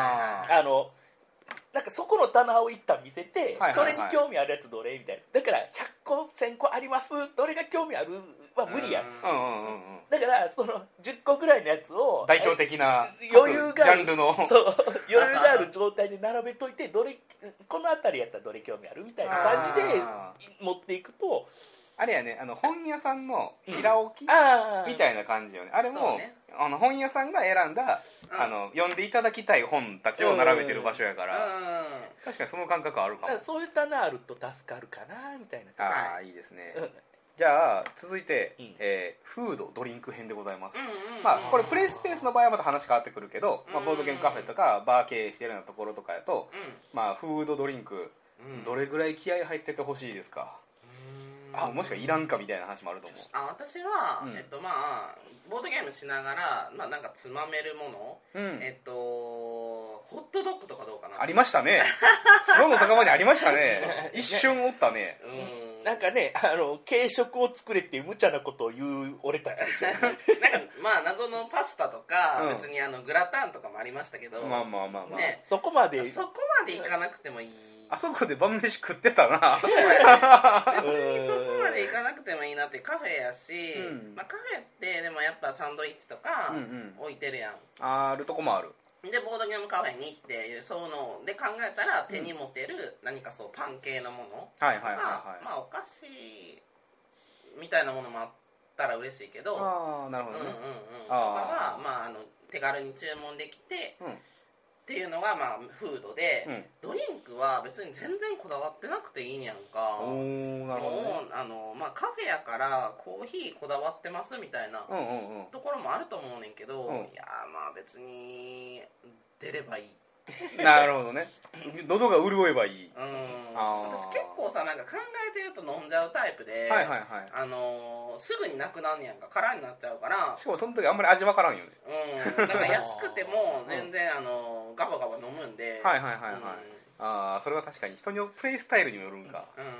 Speaker 2: いはい
Speaker 1: あのなんかそこの棚を一旦見せて、
Speaker 3: はいはいはい
Speaker 1: それに興味あるやつどれみたいなだから100個1000個ありますどれが興味あるは無理や、
Speaker 2: うん
Speaker 3: うんうんうんうん
Speaker 1: だからその10個ぐらいのやつを
Speaker 3: 代表的な
Speaker 1: 余裕
Speaker 3: 各
Speaker 1: が
Speaker 3: ジ
Speaker 1: あ
Speaker 3: ャ
Speaker 1: る
Speaker 3: ンルの
Speaker 1: そう余裕がある状態で並べといてどれこの辺りやったらどれ興味あるみたいな感じで
Speaker 3: あ
Speaker 1: 持っていくと
Speaker 3: ーあれやねあの本屋さんの平置き、
Speaker 1: あー
Speaker 3: みたいな感じよねあれ
Speaker 2: そ
Speaker 3: も、
Speaker 2: うね
Speaker 3: あの本屋さんが選んだ、
Speaker 2: うん
Speaker 3: あの読んでいただきたい本たちを並べてる場所やから、
Speaker 2: うん
Speaker 3: 確かにその感覚あるかも
Speaker 1: だからそういう棚あると助かるかなみたいな感
Speaker 3: ああいいですね、
Speaker 1: じ、うん
Speaker 3: じゃあ続いて、
Speaker 1: うん
Speaker 3: えーフードドリンク編でございます、
Speaker 2: うんうん
Speaker 3: まあ、これプレイスペースの場合はまた話変わってくるけど、まあ、
Speaker 2: うん
Speaker 3: ボードゲームカフェとかバー経営してるようなところとかやと、まあ、フードドリンク
Speaker 2: うんうん
Speaker 3: どれぐらい気合入っててほしいですか、
Speaker 2: うん
Speaker 3: あもしくはいらんかみたいな話もあると思う
Speaker 2: あ私は、
Speaker 3: うん
Speaker 2: えっとまあボードゲームしながらまあなんかつまめるもの、
Speaker 3: うん
Speaker 2: えっとホットドッグとかどうかな
Speaker 3: ありましたね [LAUGHS] スの酒場にありましたね一瞬おったね
Speaker 2: うん
Speaker 1: なんかねあの軽食を作れっていう無茶なことを言う俺たち
Speaker 2: [LAUGHS]
Speaker 1: でしょ
Speaker 2: [LAUGHS] なんかまあ謎のパスタとか、
Speaker 3: うん
Speaker 2: 別にあのグラタンとかもありましたけど、
Speaker 3: まあまあまあまあ、
Speaker 2: ね
Speaker 1: そこまで
Speaker 2: そこまでいかなくてもいい
Speaker 3: あそこで晩飯食ってたな
Speaker 2: そうやね
Speaker 1: う
Speaker 2: 別
Speaker 1: ん
Speaker 2: にそこまでいかなくてもいいなってカフェやし、
Speaker 3: うん
Speaker 2: まあ、カフェってでもやっぱサンドイッチとか
Speaker 3: うんうん
Speaker 2: 置いてるやん、
Speaker 3: あるとこもある
Speaker 2: でボードゲームカフェにっていうそういうので考えたら手に持てる何かそうパン系のもの
Speaker 3: はいはい
Speaker 2: ま
Speaker 3: はい
Speaker 2: あ
Speaker 3: はい
Speaker 2: まあお菓子みたいなものもあったら嬉しいけど
Speaker 3: ああなる
Speaker 2: う
Speaker 3: ほ
Speaker 2: んう
Speaker 3: ど
Speaker 2: んうん
Speaker 3: ね
Speaker 2: とか
Speaker 3: あー
Speaker 2: はまああの手軽に注文できて
Speaker 3: うん
Speaker 2: っていうのがまあフードで、
Speaker 3: うん
Speaker 2: ドリンクは別に全然こだわってなくていいんやんか
Speaker 3: おーなるほどね
Speaker 2: もうあの、まあ、カフェやからコーヒーこだわってますみたいな
Speaker 3: うんうんうん
Speaker 2: ところもあると思うねんけど、
Speaker 3: うん
Speaker 2: いやーまあ別に出ればいい
Speaker 3: なるほどね喉が潤えばいい
Speaker 2: うん
Speaker 3: あー
Speaker 2: 私結構さなんか考えてると飲んじゃうタイプで、
Speaker 3: はいはいはい
Speaker 2: あのーすぐになくなんねやんか空になっちゃうから
Speaker 3: しかもその時あんまり味わからんよね
Speaker 2: うんなんか安く
Speaker 3: [LAUGHS]
Speaker 2: ても全然、あのーガバガバ飲むんで
Speaker 3: はいはいはいはいああそれは確かに人のプレイスタイルにもよるんか
Speaker 2: うん、うん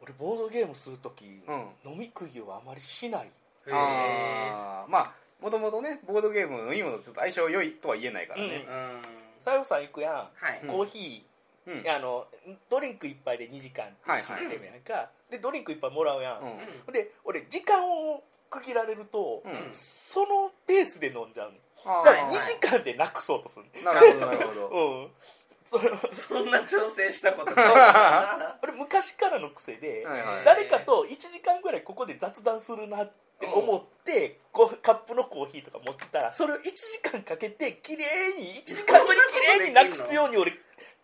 Speaker 1: 俺ボードゲームするとき、
Speaker 3: うん
Speaker 1: 飲み食いをあまりしな
Speaker 2: へ
Speaker 1: い
Speaker 2: え
Speaker 3: あーまあもともとねボードゲームのいいものとちょっと相性良いとは言えないからね
Speaker 2: うんは
Speaker 1: さよさん行くや
Speaker 2: い、
Speaker 1: ん、
Speaker 3: うん
Speaker 2: はい
Speaker 1: コーヒ
Speaker 3: うん、
Speaker 1: ーあのドリンク一杯で2時間っていうシステムやんか、でドリンク一杯もらうや
Speaker 3: うん
Speaker 1: ん、で俺時間を区切られると、
Speaker 3: うん
Speaker 1: そのペースで飲んじゃうねん
Speaker 3: あー
Speaker 1: だから2時間でなくそうとするね
Speaker 3: なるほどなるほ
Speaker 1: [LAUGHS]
Speaker 3: ど
Speaker 1: うんそれは
Speaker 2: そんな調整したこ
Speaker 3: [LAUGHS]
Speaker 2: とない
Speaker 1: 俺昔からの癖で、
Speaker 3: はいはい
Speaker 1: 誰かと1時間ぐらいここで雑談するなって思って、こうカップのコーヒーとか持ってたらそれを1時間かけて綺麗に1時間後に綺麗になくすように俺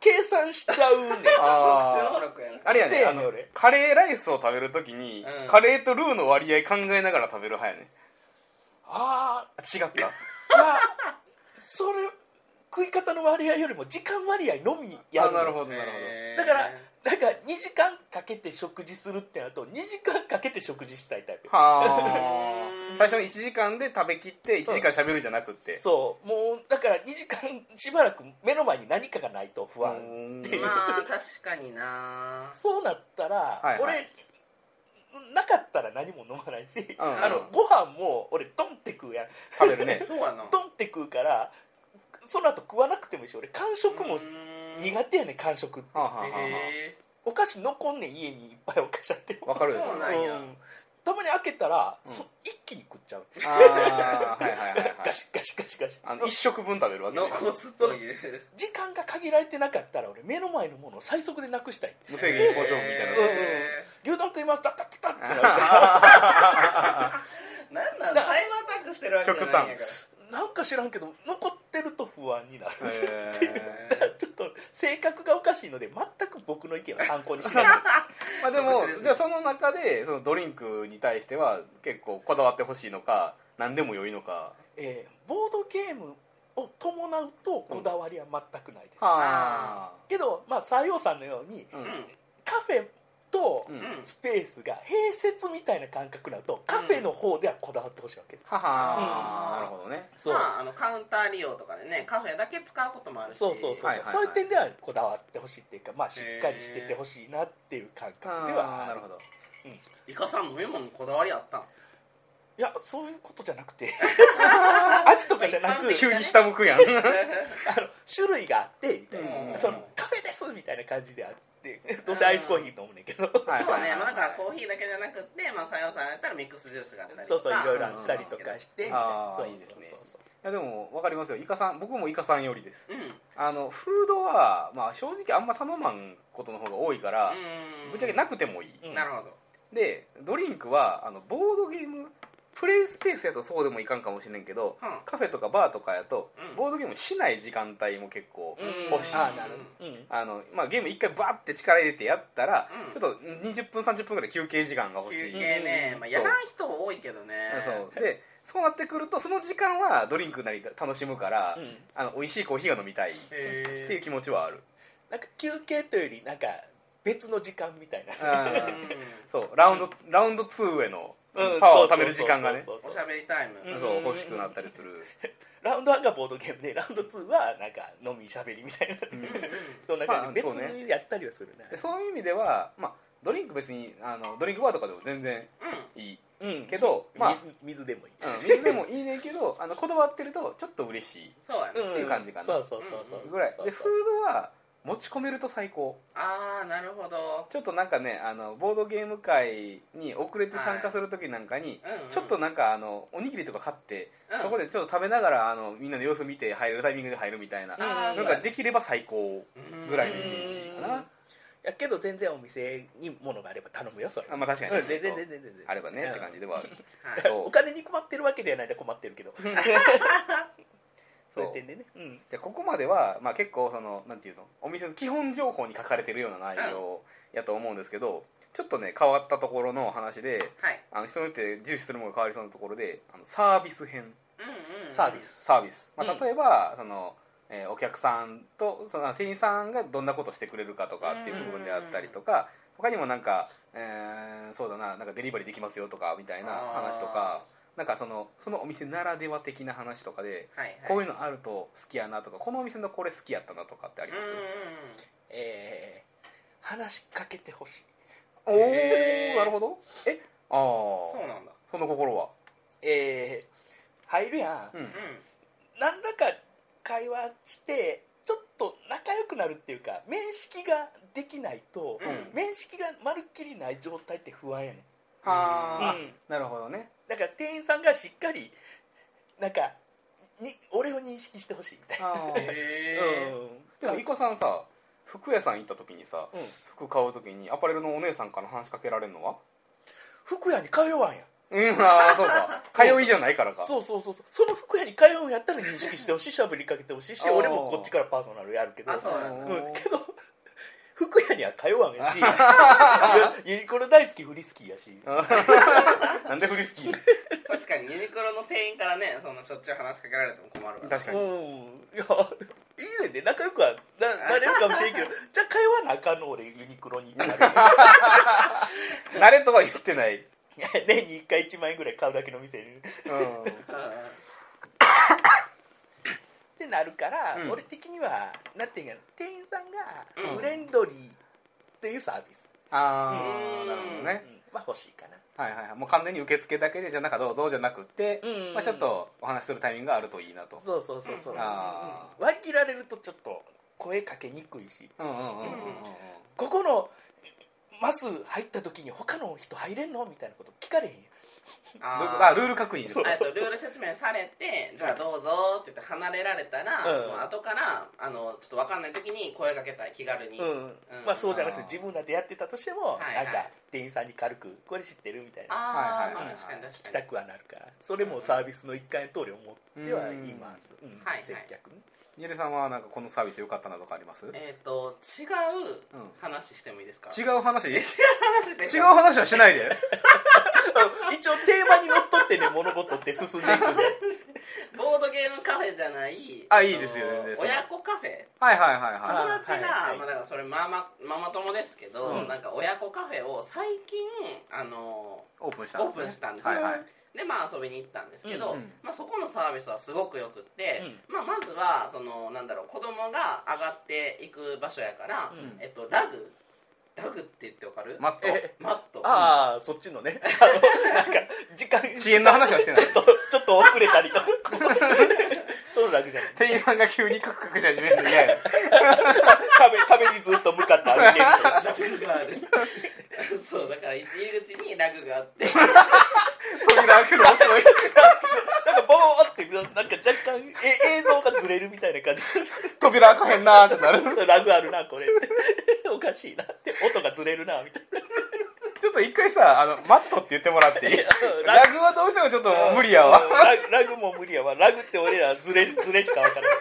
Speaker 1: 計算しちゃうねん
Speaker 3: あー
Speaker 2: 特殊能力やな
Speaker 3: あれやねあ
Speaker 1: せやねん
Speaker 3: の
Speaker 1: 俺
Speaker 3: カレーライスを食べるときに、
Speaker 2: うん
Speaker 3: カレーとルーの割合考えながら食べる派やね
Speaker 1: [LAUGHS] あ
Speaker 3: あ違った
Speaker 1: あいやそれ食い方の割合よりも時間割合のみやる
Speaker 3: あなるほどなる
Speaker 2: へー
Speaker 1: だからだから2時間かけて食事するってなると2時間かけて食事したいタイプ
Speaker 3: ほどは
Speaker 2: う
Speaker 3: あ
Speaker 2: ん
Speaker 3: 最初の1時間で食べきって1時間しゃべるじゃなくて
Speaker 1: そうもうだから2時間しばらく目の前に何かがないと不
Speaker 3: う
Speaker 1: 安、
Speaker 3: ん
Speaker 1: っていう
Speaker 2: まあ確かにな
Speaker 1: そうなったら、
Speaker 3: はいは
Speaker 1: 俺なかったら何も飲まないし、
Speaker 3: うん
Speaker 1: [LAUGHS] あのご飯も俺ドンって食うやん
Speaker 3: 食べる [LAUGHS] ね
Speaker 2: そうやな
Speaker 1: ドンって食うからその後食わなくてもいいし俺間食も苦手やねん間食って
Speaker 3: はあはあはあは
Speaker 2: へ
Speaker 1: お菓子残んねん家にいっぱいお菓子あって
Speaker 3: あ
Speaker 1: も
Speaker 3: わかるでしょ
Speaker 2: そうなんや
Speaker 1: うたまに開けたら、
Speaker 3: うん
Speaker 1: そ一気に食っちゃう、
Speaker 3: ああはいはいはいはい
Speaker 1: ガシガシガシガシ
Speaker 3: あの一食分食べるわ
Speaker 2: ー
Speaker 3: けね
Speaker 2: 残すという
Speaker 1: 時間が限られてなかったら俺目の前のものを最速でなくしたい
Speaker 3: 無制限交渉みたいな
Speaker 1: うん牛丼食いますタッタッタッタッってなる
Speaker 2: なんなんタイムアタックしてるわけじゃないんやか
Speaker 1: なんか知らんけど残ってると不安になる
Speaker 3: へ
Speaker 1: っていう
Speaker 3: ー
Speaker 1: だからちょっと性格がおかしいので全く僕の意見は参考にしない
Speaker 3: まあでも
Speaker 2: 特殊ですね
Speaker 3: じゃあその中でそのドリンクに対しては結構こだわってほしいのか何でも良いのか
Speaker 1: えーボードゲームを伴うとこだわりは全くないです、
Speaker 3: は
Speaker 1: けどまあ西洋さんのように
Speaker 3: あうん
Speaker 2: ら
Speaker 1: カフェと
Speaker 3: うん
Speaker 2: うん
Speaker 1: スペースが併設みたいな感覚になるとカフェの方ではこだわってほしいわけです、
Speaker 3: はは
Speaker 2: うん
Speaker 3: なるほどね
Speaker 1: そう
Speaker 2: まあ、あのカウンター利用とかでねカフェだけ使うこともあるし
Speaker 1: そうそうそう、
Speaker 3: はいはいはい
Speaker 1: そういう点ではこだわってほしいっていうか、まあ、しっかりしててほしいなっていう感覚では
Speaker 3: あー
Speaker 1: あ
Speaker 3: なる
Speaker 1: る
Speaker 3: ほど
Speaker 2: イカさん飲み物にこだわりあったん
Speaker 1: いやそういうことじゃなく
Speaker 3: [LAUGHS]
Speaker 1: て味とかじゃなく
Speaker 2: まあ一般的
Speaker 3: 急に下向くやん
Speaker 1: あの種類があってみたいな、
Speaker 3: うん
Speaker 1: そのカフェですみたいな感じであってどうせアイスコーヒー飲むねんけど
Speaker 3: はい
Speaker 2: そう
Speaker 3: はいはい
Speaker 2: ね、まあ、だからコーヒーだけじゃなくって、まあ、採用さんやったらミックスジュースがあったり
Speaker 1: そうそういろいろあ
Speaker 3: ん
Speaker 1: ったりとかしてみたいな
Speaker 3: あー
Speaker 1: そう
Speaker 3: いいですね
Speaker 1: そう
Speaker 3: い
Speaker 1: そう
Speaker 3: やでも分かりますよイカさん僕もイカさんよりです
Speaker 2: うんうん
Speaker 3: あのフードは、まあ、正直あんま頼まんことの方が多いから、ぶっちゃけなくてもいい、
Speaker 1: うん
Speaker 2: なるほど
Speaker 3: でドリンクはあのボードゲームプレイスペースやとそうでもいかんかもしれんけど、
Speaker 2: うん
Speaker 3: カフェとかバーとかやと、
Speaker 2: うん
Speaker 3: ボードゲームしない時間帯も結構、
Speaker 2: うん
Speaker 3: 欲しい
Speaker 1: あーなるほど、うん
Speaker 3: あのまあ、ゲーム一回バーって力入れてやったら、
Speaker 2: うん
Speaker 3: ちょっと20分30分ぐらい休憩時間が欲し
Speaker 2: 休
Speaker 3: い、
Speaker 2: 憩ね、まあ、やらん人多いけどね
Speaker 3: そうでそうなってくるとその時間はドリンクなり楽しむから、
Speaker 1: うん
Speaker 3: あの美味しいコーヒーが飲みたいっ
Speaker 2: へ
Speaker 3: ていう気持ちはある、
Speaker 1: なんか休憩というよりなんか別の時間みたいな
Speaker 2: ー
Speaker 3: あー [LAUGHS] そうラウンドラウンド2へのパ
Speaker 1: う
Speaker 3: ワ
Speaker 1: ん
Speaker 3: ーを貯める時間がね
Speaker 1: そうそ
Speaker 2: お
Speaker 1: う
Speaker 2: し
Speaker 1: そう
Speaker 2: ゃべりタイム、
Speaker 1: うん
Speaker 3: そう欲しくなったりする
Speaker 1: ラウンド1がボードゲームでラウンド2はなんか飲みしゃべりみ
Speaker 3: [LAUGHS]
Speaker 1: たいな、
Speaker 3: うん
Speaker 1: そんな感じで
Speaker 3: まあそ
Speaker 1: 別
Speaker 3: うね
Speaker 1: にやったりはするね
Speaker 3: でそういう意味では、まあ、ドリンク別にあのドリンクバーとかでも全然
Speaker 2: う
Speaker 3: いい
Speaker 1: うん
Speaker 3: けど、まあ
Speaker 1: 水水でもいい、
Speaker 3: うん水でもいいねんけどあのこだわってるとちょっと嬉しい
Speaker 2: そうやね、
Speaker 1: ん
Speaker 3: っていう感じかな
Speaker 1: そうそうそうそううん
Speaker 3: ぐらいでフー
Speaker 1: そう
Speaker 3: ドは持ち込めると最高
Speaker 2: ああなるほど、
Speaker 3: ちょっとなんかねあのボードゲーム会に遅れて参加する時なんかに、
Speaker 2: うんうん
Speaker 3: ちょっとなんかあのおにぎりとか買って、
Speaker 2: うん
Speaker 3: そこでちょっと食べながらあのみんなの様子見て入れるタイミングで入るみたいな、
Speaker 2: あー
Speaker 3: なん
Speaker 2: そう
Speaker 3: か
Speaker 2: やね
Speaker 3: できれば最高ぐらいのイメージかな、
Speaker 1: やけど全然お店に物があれば頼むよそれ
Speaker 3: あまあ確かに
Speaker 1: うん
Speaker 3: 確かに
Speaker 1: 全然
Speaker 3: そう
Speaker 1: 全然全然
Speaker 3: あればねって感じではある
Speaker 2: はい
Speaker 3: そう [LAUGHS]
Speaker 1: お金に困ってるわけではないで困ってるけど
Speaker 3: そ
Speaker 1: [LAUGHS] そういう点でねうん
Speaker 3: でここまでは、まあ、結構そのなんていうのお店の基本情報に書かれてるような内容やと思うんですけど、ちょっとね変わったところの話で
Speaker 2: はい
Speaker 3: あの人によって重視するものが変わりそうなところであのサービス編
Speaker 2: うんうんうん
Speaker 1: サービス
Speaker 3: サービス、ま
Speaker 1: うん
Speaker 3: あ、例えば、そのえーお客さんとその店員さんがどんなことしてくれるかとかっていう部分であったりとか他にもなんか、えーそうだななんかデリバリーできますよとかみたいな話とかなんかそのそのお店ならでは的な話とかで
Speaker 2: はいはい
Speaker 3: こういうのあると好きやなとかこのお店のこれ好きやったなとかってあります
Speaker 1: えー、話しかけてほしい
Speaker 3: お
Speaker 2: へ
Speaker 3: お
Speaker 2: ー
Speaker 3: なるほどえあ
Speaker 2: うんそう
Speaker 3: あ
Speaker 2: なんだ
Speaker 3: その心は
Speaker 1: えー、入るやん、
Speaker 3: うん
Speaker 2: う
Speaker 1: 何らか会話してちょっと仲良くなるっていうか面識ができないと、
Speaker 2: ん
Speaker 3: うん
Speaker 1: 面識がまるっきりない状態って不安やねん
Speaker 3: はあ
Speaker 1: うん
Speaker 3: なるほどね
Speaker 1: だから店員さんがしっかりなんかに俺を認識してほしいみたいな、
Speaker 3: あー
Speaker 2: へえ
Speaker 3: [LAUGHS] でもいこさんさ服屋さん行った時にさ、
Speaker 1: うん
Speaker 3: 服買う時にアパレルのお姉さんから話しかけられるのは
Speaker 1: 服屋に通わんやん
Speaker 3: うんああそう [LAUGHS] か通いじゃないからか
Speaker 1: そうそうそうそうその服屋に通うんやったら認識してほしいしゃべりかけてほしいし
Speaker 3: あー
Speaker 1: 俺もこっちからパーソナルやるけど
Speaker 2: あそうなんだ
Speaker 1: う
Speaker 3: うんん [LAUGHS]
Speaker 1: けど [LAUGHS] 服屋には通わんやしいやユニクロ大好きフリスキーやし
Speaker 3: なんでフリスキー
Speaker 2: 確かにユニクロの店員からねそんなしょっちゅう話しかけられても困るわ
Speaker 3: 確か
Speaker 1: う
Speaker 3: に
Speaker 1: んいやいいねんで仲良くはななれるかもし
Speaker 3: [LAUGHS]
Speaker 1: れんけどじゃあ通わなあかんの俺ユニクロにってなる
Speaker 3: 慣れとは言ってない、
Speaker 1: [LAUGHS] 年に1回1万円ぐらい買うだけの店に
Speaker 3: う
Speaker 1: ってなるから、
Speaker 3: うん
Speaker 1: 俺的にはなんていうんやろ店員さんが
Speaker 2: うん
Speaker 1: フレンドリーっていうサービス、
Speaker 3: ん、あ
Speaker 2: う
Speaker 3: あ
Speaker 2: ん
Speaker 3: なるほど
Speaker 1: うん
Speaker 3: ね、
Speaker 1: まあ欲しいかな、
Speaker 3: はいはいはいもう完全に受付だけでじゃあなんかどうぞじゃなくて、
Speaker 1: うん
Speaker 3: まあ、ちょっとお話しするタイミングがあるといいなと
Speaker 1: そうそうそうそう、
Speaker 2: うん
Speaker 3: あー
Speaker 1: うん割り切られるとちょっと声かけにくいし
Speaker 3: うんうんうんうんうんうん
Speaker 1: ここのマス入った時に他の人入れんのみたいなこと聞かれへんやん
Speaker 3: ルールあ
Speaker 2: あ
Speaker 3: ル
Speaker 2: ー
Speaker 3: ール確認です
Speaker 1: そう
Speaker 2: あとルール説明されてじゃあどうぞって言って離れられたら、
Speaker 1: うん
Speaker 2: もう後からあのちょっと分かんない時に声かけたい気軽に、
Speaker 1: うんまあ、そうじゃなくて
Speaker 3: あー
Speaker 1: 自分らでやってたとして
Speaker 2: は
Speaker 1: も、
Speaker 2: い
Speaker 1: な
Speaker 2: は
Speaker 1: ん
Speaker 2: い
Speaker 1: か店員さんに軽く「これ知ってる?」みたいな
Speaker 2: あ
Speaker 3: はいはい
Speaker 2: ー、
Speaker 3: はい
Speaker 2: まあ確かに
Speaker 1: 聞
Speaker 2: 確
Speaker 1: き
Speaker 2: か
Speaker 1: た
Speaker 2: に
Speaker 1: くはなるからそれもサービスの一環と俺思ってはいます、うん
Speaker 2: はいはい
Speaker 1: 接客ね
Speaker 3: ゆりさんはなんかこのサービス良かったなとかあります、
Speaker 2: えっ、と違う話してもいいですか、
Speaker 3: 違う話違う
Speaker 2: 違う話でしょ
Speaker 3: 話はしない
Speaker 2: [LAUGHS]
Speaker 3: で
Speaker 1: あの一応テーマにのっとってね物事って進んでいくんで
Speaker 2: ボードゲームカフェじゃない
Speaker 3: あ
Speaker 2: えっ
Speaker 3: い
Speaker 2: と
Speaker 3: いですよ全然その
Speaker 2: 親子カフェ
Speaker 3: はいはいはいはい
Speaker 1: あ
Speaker 2: 友達が、
Speaker 1: はいはい
Speaker 2: まあ、だからそれママママ友ですけど、
Speaker 3: うん
Speaker 2: なんか親子カフェを最近あの
Speaker 3: オープンしたんです、ね、
Speaker 2: オープンしたんですよ
Speaker 3: はいはい
Speaker 2: でまあ遊びに行ったんですけど、
Speaker 3: うんうん
Speaker 2: まあ、そこのサービスはすごくよくって、まあ、まずはそのなんだろう子供が上がっていく場所やから、
Speaker 1: うん
Speaker 2: えっと、ラグラグって言ってわかる
Speaker 3: マット
Speaker 1: え
Speaker 2: マット
Speaker 1: ああそっちのね [LAUGHS] あのなんか時間
Speaker 3: 遅延の話はしてない
Speaker 1: ちょっとちょっと遅れたりとか [LAUGHS] こうその楽じゃない
Speaker 3: 店員さんが急にカクカクし始めるんで嫌や
Speaker 1: 壁壁にずっと向かって歩いてるみたいな
Speaker 2: ラグがある [LAUGHS] そうだから入り口にラグがあって
Speaker 3: 扉開くの遅い
Speaker 1: なんかボーってなんか若干え映像がずれるみたいな感じ
Speaker 3: 扉開かへんなーってなる
Speaker 1: [LAUGHS] ラグあるなこれっておかしいなって音がずれるなみたいな
Speaker 3: ちょっと一回さあのマットって言ってもらっていい
Speaker 1: ラ
Speaker 3: [LAUGHS] ラグはどうしてもちょっともう無理やわ
Speaker 1: うんラグラグも無理やわラグって俺らずれずれしか分からない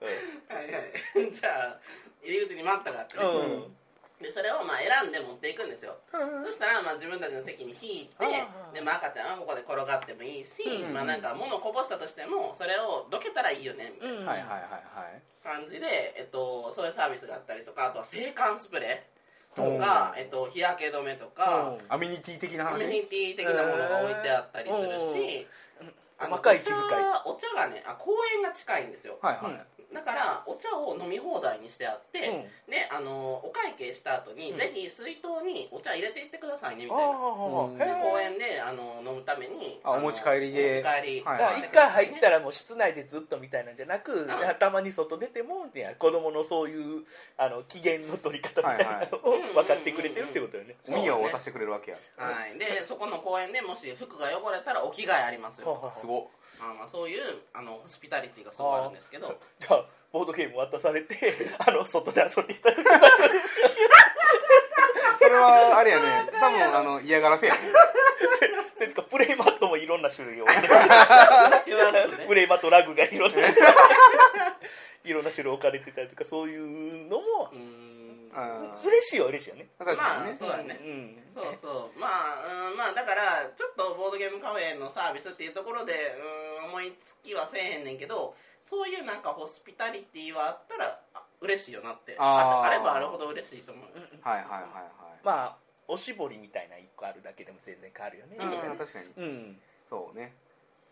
Speaker 2: はいはい、 [LAUGHS] じゃあ入り口にマットがあってね、
Speaker 1: うん、うん
Speaker 2: でそれをまあ選んで持っていくんですよ、そしたらまあ自分たちの席に引いて
Speaker 1: あー
Speaker 2: で、まあ、赤ちゃんはここで転がってもいいし、
Speaker 3: うん
Speaker 2: まあ、なんか物をこぼしたとしてもそれをどけたらいいよねみたいな
Speaker 1: うん
Speaker 3: はいはいは
Speaker 2: 感じで、えっと、そういうサービスがあったりとかあとは制汗スプレーと
Speaker 3: う
Speaker 2: か、
Speaker 3: ん
Speaker 2: えっと、日焼け止めとか、
Speaker 3: いはいアミニティ的な
Speaker 2: アメ
Speaker 3: 話
Speaker 2: ニティ的なものが置いてあったりするし、あの
Speaker 1: 細かい気遣い
Speaker 2: お茶お茶がねあ公園が近いんですよ、
Speaker 3: はいはい
Speaker 2: だからお茶を飲み放題にしてあって、
Speaker 1: うん
Speaker 2: であのお会計した後に、
Speaker 1: うん
Speaker 2: ぜひ水筒にお茶入れていってくださいねみ
Speaker 1: あ
Speaker 2: たいな
Speaker 1: ー
Speaker 3: うん
Speaker 1: へー
Speaker 2: 公園であの飲むために
Speaker 3: あ
Speaker 2: の
Speaker 3: お持ち帰りで
Speaker 2: お持ち帰り
Speaker 3: はい
Speaker 1: だから一回入ったらもう室内でずっとみたいなんじゃなく、
Speaker 2: ん
Speaker 1: たまに外出てもね子供のそういうあの機嫌の取り方みたいなの
Speaker 2: はいはい
Speaker 1: [LAUGHS] を分かってくれてるってことよね、
Speaker 2: そう
Speaker 3: 海を渡してくれるわけや
Speaker 2: はい、でそこの公園でもし服が汚れたらお着替えありますよ
Speaker 1: はあはあ
Speaker 3: すごっ
Speaker 2: まあまあそういうあのホスピタリティがすごいあるんですけど
Speaker 1: じゃあボードゲーム渡されてあの外で遊んでいただく
Speaker 3: それはあれやね多分あの嫌がらせやね
Speaker 1: それとかプレイマットもいろんな種類を
Speaker 2: [LAUGHS] 今
Speaker 3: [LAUGHS]
Speaker 2: のね
Speaker 1: プレイマットラグが
Speaker 2: [LAUGHS]
Speaker 1: いろんないろんな種類置かれてたりとかそういうのも
Speaker 2: うーん
Speaker 3: う
Speaker 2: ま
Speaker 3: ん
Speaker 1: 嬉しいは嬉しいよね
Speaker 3: 確かに
Speaker 2: あ
Speaker 3: ね
Speaker 2: そうだ
Speaker 1: う
Speaker 2: ね
Speaker 1: ん
Speaker 2: そうそうまあ、うん、まあだからちょっとボードゲームカフェのサービスっていうところでうん思いつきはせえへんねんけどそういうなんかホスピタリティはあったらあ嬉しいよなってあ
Speaker 3: あー
Speaker 2: あればあるほど嬉しいと思う
Speaker 3: はいはいはいはい
Speaker 1: まあおしぼりみたいな1個あるだけでも全然変わるよね
Speaker 2: うん
Speaker 3: うん確かに
Speaker 1: うん
Speaker 3: そうね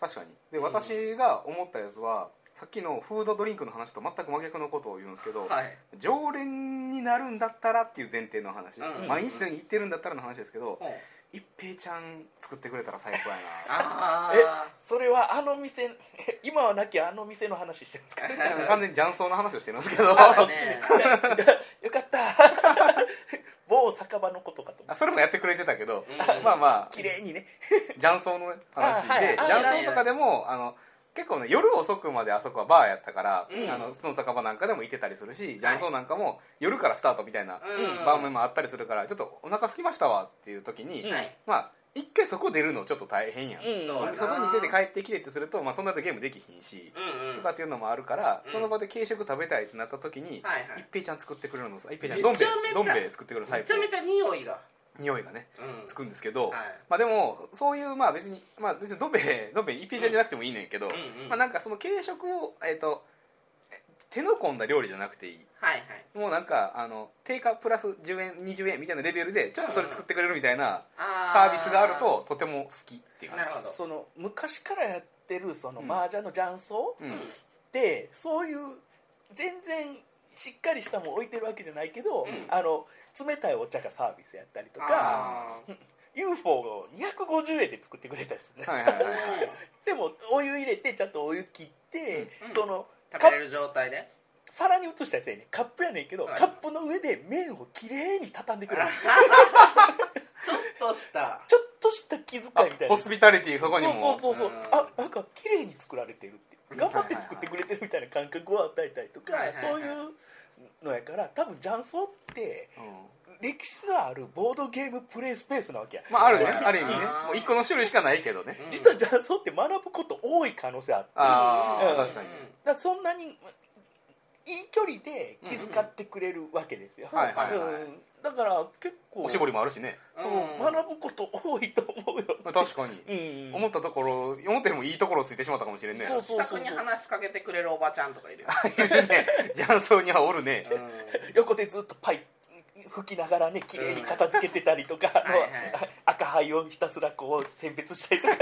Speaker 3: 確かにで
Speaker 2: うん
Speaker 3: 私が思ったやつはさっきのフードドリンクの話と全く真逆のことを言うんですけど、
Speaker 2: はい
Speaker 3: 常連になるんだったらっていう前提の話、
Speaker 2: うん
Speaker 3: 毎日のように行ってるんだったらの話ですけど、
Speaker 2: うん
Speaker 3: 一平ちゃん作ってくれたら最高や
Speaker 2: あ
Speaker 1: それはあの店 [LAUGHS] 今はなきゃあの店の話してるんですか
Speaker 3: な完全に雀荘の話をしてるんですけど
Speaker 2: あ
Speaker 1: そ
Speaker 2: そ
Speaker 1: っ
Speaker 2: う
Speaker 1: ち
Speaker 2: ね
Speaker 1: に [LAUGHS] よかった某酒場のことかと思
Speaker 3: あ
Speaker 1: っ
Speaker 3: それもやってくれてたけど、
Speaker 2: うん
Speaker 3: まあまあ
Speaker 1: た綺麗にね
Speaker 3: 雀荘の話
Speaker 1: あはい
Speaker 3: で
Speaker 1: あ
Speaker 3: 雀荘とかでもあの結構ね夜遅くまであそこはバーやったから、
Speaker 2: うん
Speaker 3: あのスノー酒場なんかでも行ってたりするし雀荘なんかも夜からスタートみたいな
Speaker 2: うん
Speaker 3: 場面もあったりするからちょっとお腹空きましたわっていう時に、
Speaker 1: うん
Speaker 2: はい
Speaker 3: まあ一回そこ出るのちょっと大変やん、
Speaker 1: うん
Speaker 2: そうやな
Speaker 3: 外に出て帰ってきてってすると、まあ、そんなとゲームできひんし、
Speaker 2: うんうん
Speaker 3: とかっていうのもあるから、
Speaker 2: うん
Speaker 3: その場で軽食食べたいってなった時に、
Speaker 2: はい
Speaker 3: 一平ちゃん作ってくれるのさ一平ちゃん
Speaker 2: めち
Speaker 3: ど
Speaker 2: ゃ
Speaker 3: ん兵
Speaker 2: めち
Speaker 3: 衛
Speaker 2: ゃ
Speaker 3: どん兵衛作ってくれる
Speaker 2: はい
Speaker 3: 最
Speaker 2: めちゃ
Speaker 3: 高
Speaker 2: めちゃ匂いが
Speaker 3: 匂いがね
Speaker 2: うん
Speaker 3: つくんですけど、
Speaker 2: はい
Speaker 3: まあでもそういうまあ別にまあ別にどん兵 [LAUGHS] 衛どん兵衛一平ちゃんじゃなくてもいいねんけど、
Speaker 2: うんうん
Speaker 3: まあなんかその軽食をえっ、とえ手の込んだ料理じゃなくていい
Speaker 2: はいはい
Speaker 3: もうなんかあの定価プラス10円20円みたいなレベルでちょっとそれ作ってくれるみたいな
Speaker 2: あ
Speaker 3: サービスがあるととても好きっていう
Speaker 2: な
Speaker 3: 感
Speaker 2: る
Speaker 3: じ
Speaker 2: ほど
Speaker 1: その昔からやってるその
Speaker 3: うん
Speaker 1: 麻雀の雀荘
Speaker 3: うん
Speaker 1: ってそういう全然しっかりしたもん置いてるわけじゃないけど、
Speaker 2: うん
Speaker 1: あの冷たいお茶がサービスやったりとか
Speaker 2: あー
Speaker 1: UFO を250円で作ってくれたりするね、
Speaker 3: はいはいはいはい
Speaker 2: [LAUGHS]
Speaker 1: でもお湯入れてちゃんとお湯切って、
Speaker 2: うん
Speaker 1: その
Speaker 2: 食べれる状態で
Speaker 1: 皿に移したりせえねんカップやねんけど
Speaker 2: はい
Speaker 1: カップの上で麺をきれいに畳んで
Speaker 2: [LAUGHS]
Speaker 1: くれる
Speaker 2: ちょっとした
Speaker 1: ちょっとした気遣いみ
Speaker 3: あ
Speaker 1: たいな
Speaker 3: ホスピタリティそこにも
Speaker 1: そうそうそうそう
Speaker 2: うん
Speaker 1: あなんか綺麗に作られてるって
Speaker 2: ん
Speaker 1: 頑張って作ってくれてるみたいな感覚を与えたりとか、
Speaker 2: はいはいはい
Speaker 1: そういうのやから多分雀荘って
Speaker 3: うん
Speaker 1: 歴史のあるボードゲームプレイスペースなわけや、
Speaker 3: まああるね
Speaker 1: そうや
Speaker 3: ある意味ね
Speaker 2: あー
Speaker 3: もう一個の種類しかないけどね
Speaker 2: うん
Speaker 1: 実は雀荘って学ぶこと多い可能性あってだか
Speaker 3: あ
Speaker 1: う
Speaker 3: あ
Speaker 1: ん
Speaker 3: 確かに
Speaker 1: らそんなにいい距離で気遣ってくれるわけですよ、
Speaker 3: うんうんはいはいはい
Speaker 1: うんだから結構
Speaker 3: おしぼりもあるしね
Speaker 1: そう、
Speaker 2: うん
Speaker 1: 学ぶこと多いと思うよ、
Speaker 3: まあ確かに
Speaker 1: うん
Speaker 3: 思ったところ思ったよりもいいところをついてしまったかもしれんね
Speaker 1: そう
Speaker 2: 気さくに話しかけてくれるおばちゃんとかいるよ、
Speaker 3: ね雀荘にはおるね
Speaker 1: 横でずっとパイ拭きながらね綺麗に片付けてたりとか、あの
Speaker 2: はいはい
Speaker 1: 赤灰をひたすらこう選別したりとか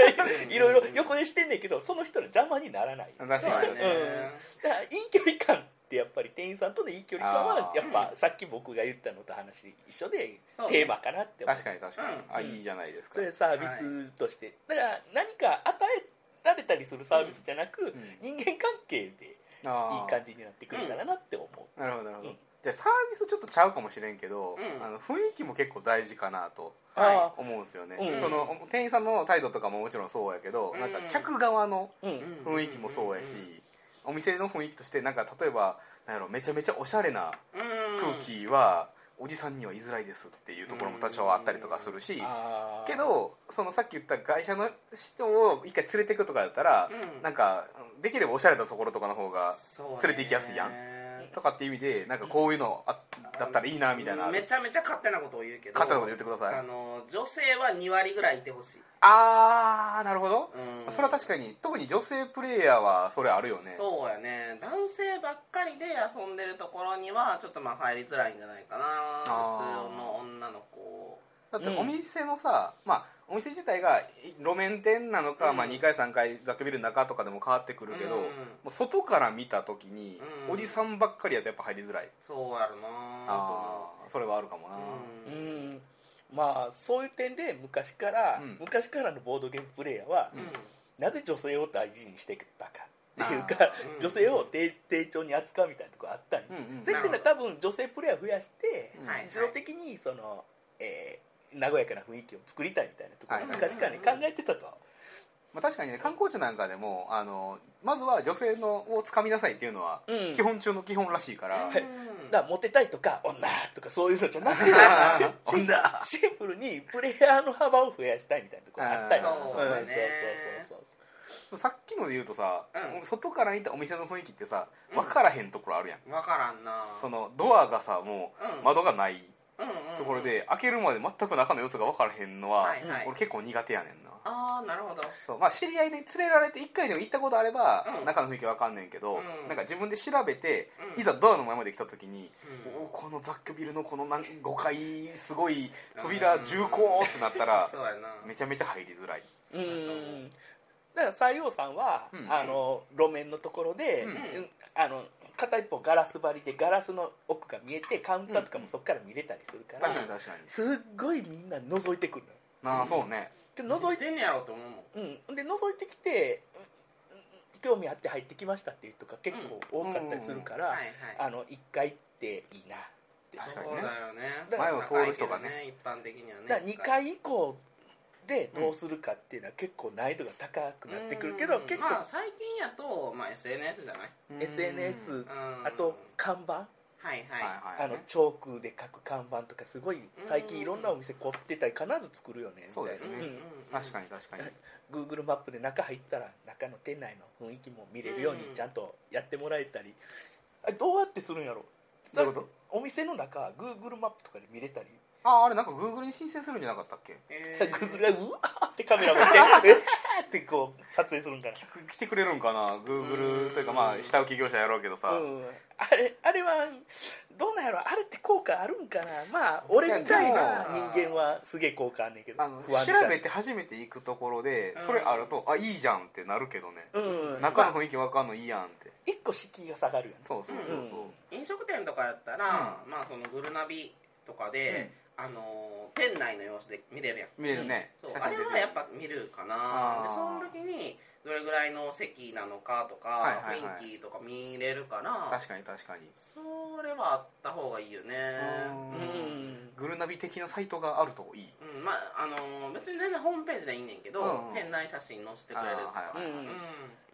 Speaker 2: うん
Speaker 1: いろいろ横でしてんねんけどその人の邪魔にならないだか
Speaker 3: 確かに
Speaker 2: そうやね
Speaker 3: 確かに
Speaker 1: らいい距離感ってやっぱり店員さんとのいい距離感は
Speaker 3: あー
Speaker 1: やっぱさっき僕が言ったのと話一緒で
Speaker 2: そうね
Speaker 1: テーマかなって思う
Speaker 3: 確かに確かに
Speaker 2: うん
Speaker 3: あいいじゃないです
Speaker 1: そ
Speaker 3: か
Speaker 1: れサービスとして、だから何か与えられたりするサービスじゃなく、
Speaker 3: ん
Speaker 1: 人間関係でいい
Speaker 3: あー
Speaker 1: 感じになってくれたらなって思う、
Speaker 3: なるほどなるほ
Speaker 1: う
Speaker 3: ど
Speaker 1: ん
Speaker 3: じゃあサービスちょっとちゃうかもしれんけど
Speaker 2: うん
Speaker 3: あの雰囲気も結構大事かなと
Speaker 2: はい
Speaker 1: あ
Speaker 3: 思うんですよね
Speaker 1: うん
Speaker 3: その店員さんの態度とかももちろんそうやけど
Speaker 2: うん
Speaker 3: なんか客側の
Speaker 1: ーう
Speaker 2: う
Speaker 1: ん
Speaker 2: ん
Speaker 3: 雰囲気もそうやしお店の雰囲気としてなんか例えばなんやろめちゃめちゃおしゃれな
Speaker 2: うん
Speaker 3: 空気はおじさんには言いづらいですっていうところも多少あったりとかするし、
Speaker 1: あー
Speaker 3: けどそのさっき言った会社の人を一回連れていくとかだったら、
Speaker 2: うん
Speaker 3: なんかできればおしゃれなところとかの方が
Speaker 2: そうね
Speaker 3: 連れて行きやすいやんとかっていう意味でなんかこういうのあだったらいいなみたいな
Speaker 2: めちゃめちゃ勝手なことを言うけど
Speaker 3: 勝手なこと言ってくださ
Speaker 2: あ
Speaker 3: い
Speaker 2: の女性は2割ぐらいいてほしい、
Speaker 3: あーなるほど、
Speaker 2: うん
Speaker 3: それは確かに特に女性プレイヤーはそれあるよね
Speaker 2: そうやね男性ばっかりで遊んでるところにはちょっとまあ入りづらいんじゃないかな
Speaker 3: あー
Speaker 2: 普通の女の子
Speaker 3: だってお店のさ、まあお店自体が路面店なのか、
Speaker 2: うん
Speaker 3: まあ、2階3階雑居ビルの中とかでも変わってくるけど、
Speaker 2: うん
Speaker 3: もう外から見た時に、
Speaker 2: うん
Speaker 3: おじさんばっかりやとやっぱ入りづらい
Speaker 2: そうやろなと
Speaker 3: あーそれはあるかもな、
Speaker 2: 思う
Speaker 1: う
Speaker 2: うん
Speaker 1: んまあそういう点で昔から、
Speaker 3: うん
Speaker 1: 昔からのボードゲームプレイヤーは、
Speaker 3: うん
Speaker 1: なぜ女性を大事にしてきたかっていう
Speaker 3: あ
Speaker 1: か
Speaker 3: ー
Speaker 2: うん
Speaker 1: 女性を丁重に扱うみたいなところあったんよ、
Speaker 3: うんうん
Speaker 1: そういう点で多分女性プレイヤーを増やして、
Speaker 3: うん
Speaker 2: はい
Speaker 1: 自動的にその、えー和やかな雰囲気を作りたいみたいなところを
Speaker 3: はい
Speaker 1: 昔からね、
Speaker 2: うんうんうん
Speaker 1: 考えてたと、
Speaker 3: まあ、確かにね観光地なんかでもあのまずは女性のをつかみなさいっていうのは
Speaker 1: うん
Speaker 3: 基本中の基本らしいから、 [LAUGHS]
Speaker 1: はいだからモテたいとか女とかそういうのじゃなくて
Speaker 3: 女
Speaker 1: シンプルにプレイヤーの幅を増やしたいみたいなところがあったり
Speaker 3: あー
Speaker 1: ん
Speaker 3: そうだね
Speaker 1: そうそうそうそう
Speaker 3: さっきので言うとさ、
Speaker 2: うん
Speaker 3: 外から見たお店の雰囲気ってさ
Speaker 2: うん
Speaker 3: 分からへんところあるやん、
Speaker 2: 分からんな
Speaker 3: そのドアがさも
Speaker 2: うん
Speaker 3: う窓がない
Speaker 2: うんうんうん
Speaker 3: ところで、開けるまで全く中の様子が分からへんのは、
Speaker 2: はいはい
Speaker 3: 俺結構苦手やねんな
Speaker 2: ああなるほど
Speaker 3: そうまあ、知り合いに連れられて1回でも行ったことあれば、
Speaker 2: うん
Speaker 3: 中の雰囲気わかんねんけど、
Speaker 2: うん
Speaker 3: なんか自分で調べて、
Speaker 2: うん
Speaker 3: いざドアの前まで来た時に、
Speaker 2: うん
Speaker 3: おーこの雑居ビルのこのなん5階すごい扉重厚ってなったら
Speaker 2: [LAUGHS] そうやな
Speaker 3: めちゃめちゃ入りづらい
Speaker 1: そう
Speaker 2: うん
Speaker 1: んだから西洋さんは、
Speaker 3: うん
Speaker 1: あの路面のところで、
Speaker 3: うん
Speaker 1: あの片一方ガラス張りでガラスの奥が見えてカウンターとかもそこから見れたりするから、
Speaker 3: 確かに確かに、
Speaker 1: すっごいみんな覗いてくる
Speaker 3: なあそうね
Speaker 1: の
Speaker 2: ど
Speaker 1: よで覗
Speaker 2: う
Speaker 1: い
Speaker 2: してんねやろうと思うもん
Speaker 1: うん、で覗いてきてうんうん興味あって入ってきましたっていう人が結構多かったりするから、
Speaker 2: はいはい
Speaker 1: あの1回っていいなって
Speaker 3: 確かに
Speaker 2: そう
Speaker 3: ね
Speaker 2: だよね
Speaker 1: だ
Speaker 3: 前を通る人がね
Speaker 2: 高いけどね一般的にはね
Speaker 1: だから2回以降でどうするかっていうのは結構難易度が高くなってくるけど、
Speaker 2: うん
Speaker 1: 結構、
Speaker 2: まあ最近やと、まあ、SNS じゃない、
Speaker 1: SNS
Speaker 2: うん、
Speaker 1: あと看板、
Speaker 2: はいは
Speaker 3: は
Speaker 2: い、
Speaker 3: い
Speaker 1: あ
Speaker 3: はい、
Speaker 1: の
Speaker 3: ね、
Speaker 1: チョークで書く看板とかすごい最近いろんなお店凝ってたり必ず作るよねみたいな
Speaker 3: そうです
Speaker 2: うん
Speaker 3: ね
Speaker 2: うんうん、
Speaker 3: 確かに確かに
Speaker 1: Google マップで中入ったら中の店内の雰囲気も見れるように
Speaker 2: うん
Speaker 1: ちゃんとやってもらえたり、あれどうやってするんやろ
Speaker 3: どういうこと
Speaker 1: お店の中 Google マップとかで見れたり、
Speaker 3: ああれなんか Google に申請するんじゃなかったっけ
Speaker 2: え
Speaker 3: [LAUGHS]
Speaker 1: Google がうわーってカメラ持ってえっってこう撮影するんかな
Speaker 3: く来てくれるんかな Google というかま
Speaker 2: うん
Speaker 3: あ下請け業者やろうけどさ、
Speaker 1: うん、あれあれはどうなんやろあれって効果あるんかなまあ俺みたいな人間はすげえ効果あんねんけど
Speaker 3: あの
Speaker 1: 不安じゃん
Speaker 3: 調べて初めて行くところでそれあると、あいいじゃんってなるけどね、
Speaker 1: うん、
Speaker 3: 中
Speaker 1: 中
Speaker 3: の雰囲気わかんのいいやんって
Speaker 1: 一個敷居が下がるよね
Speaker 3: そうそうそうそう、
Speaker 2: 飲食店とかやったら、まあそのグルナビとかで、あのー店内の様子で見れるやん
Speaker 3: 見れるね、
Speaker 2: そう
Speaker 3: 写
Speaker 2: あ
Speaker 3: 真
Speaker 2: れ
Speaker 3: 出てる
Speaker 2: はやっぱ見るかな
Speaker 3: あー
Speaker 2: でその時にどれぐらいの席なのかとか、
Speaker 3: はいはいはい
Speaker 2: 雰囲気とか見れるから
Speaker 3: 確かに確かに
Speaker 2: それはあった方がいいよ
Speaker 3: う
Speaker 2: ね
Speaker 1: うんん
Speaker 3: グルナビ的なサイトがあるといい
Speaker 2: うんまああのー別に全然ホームページでいいねんけど、
Speaker 3: うんうん
Speaker 2: 店内写真載せてくれるとか、
Speaker 3: あーはいはい
Speaker 1: はい
Speaker 2: うん
Speaker 1: だか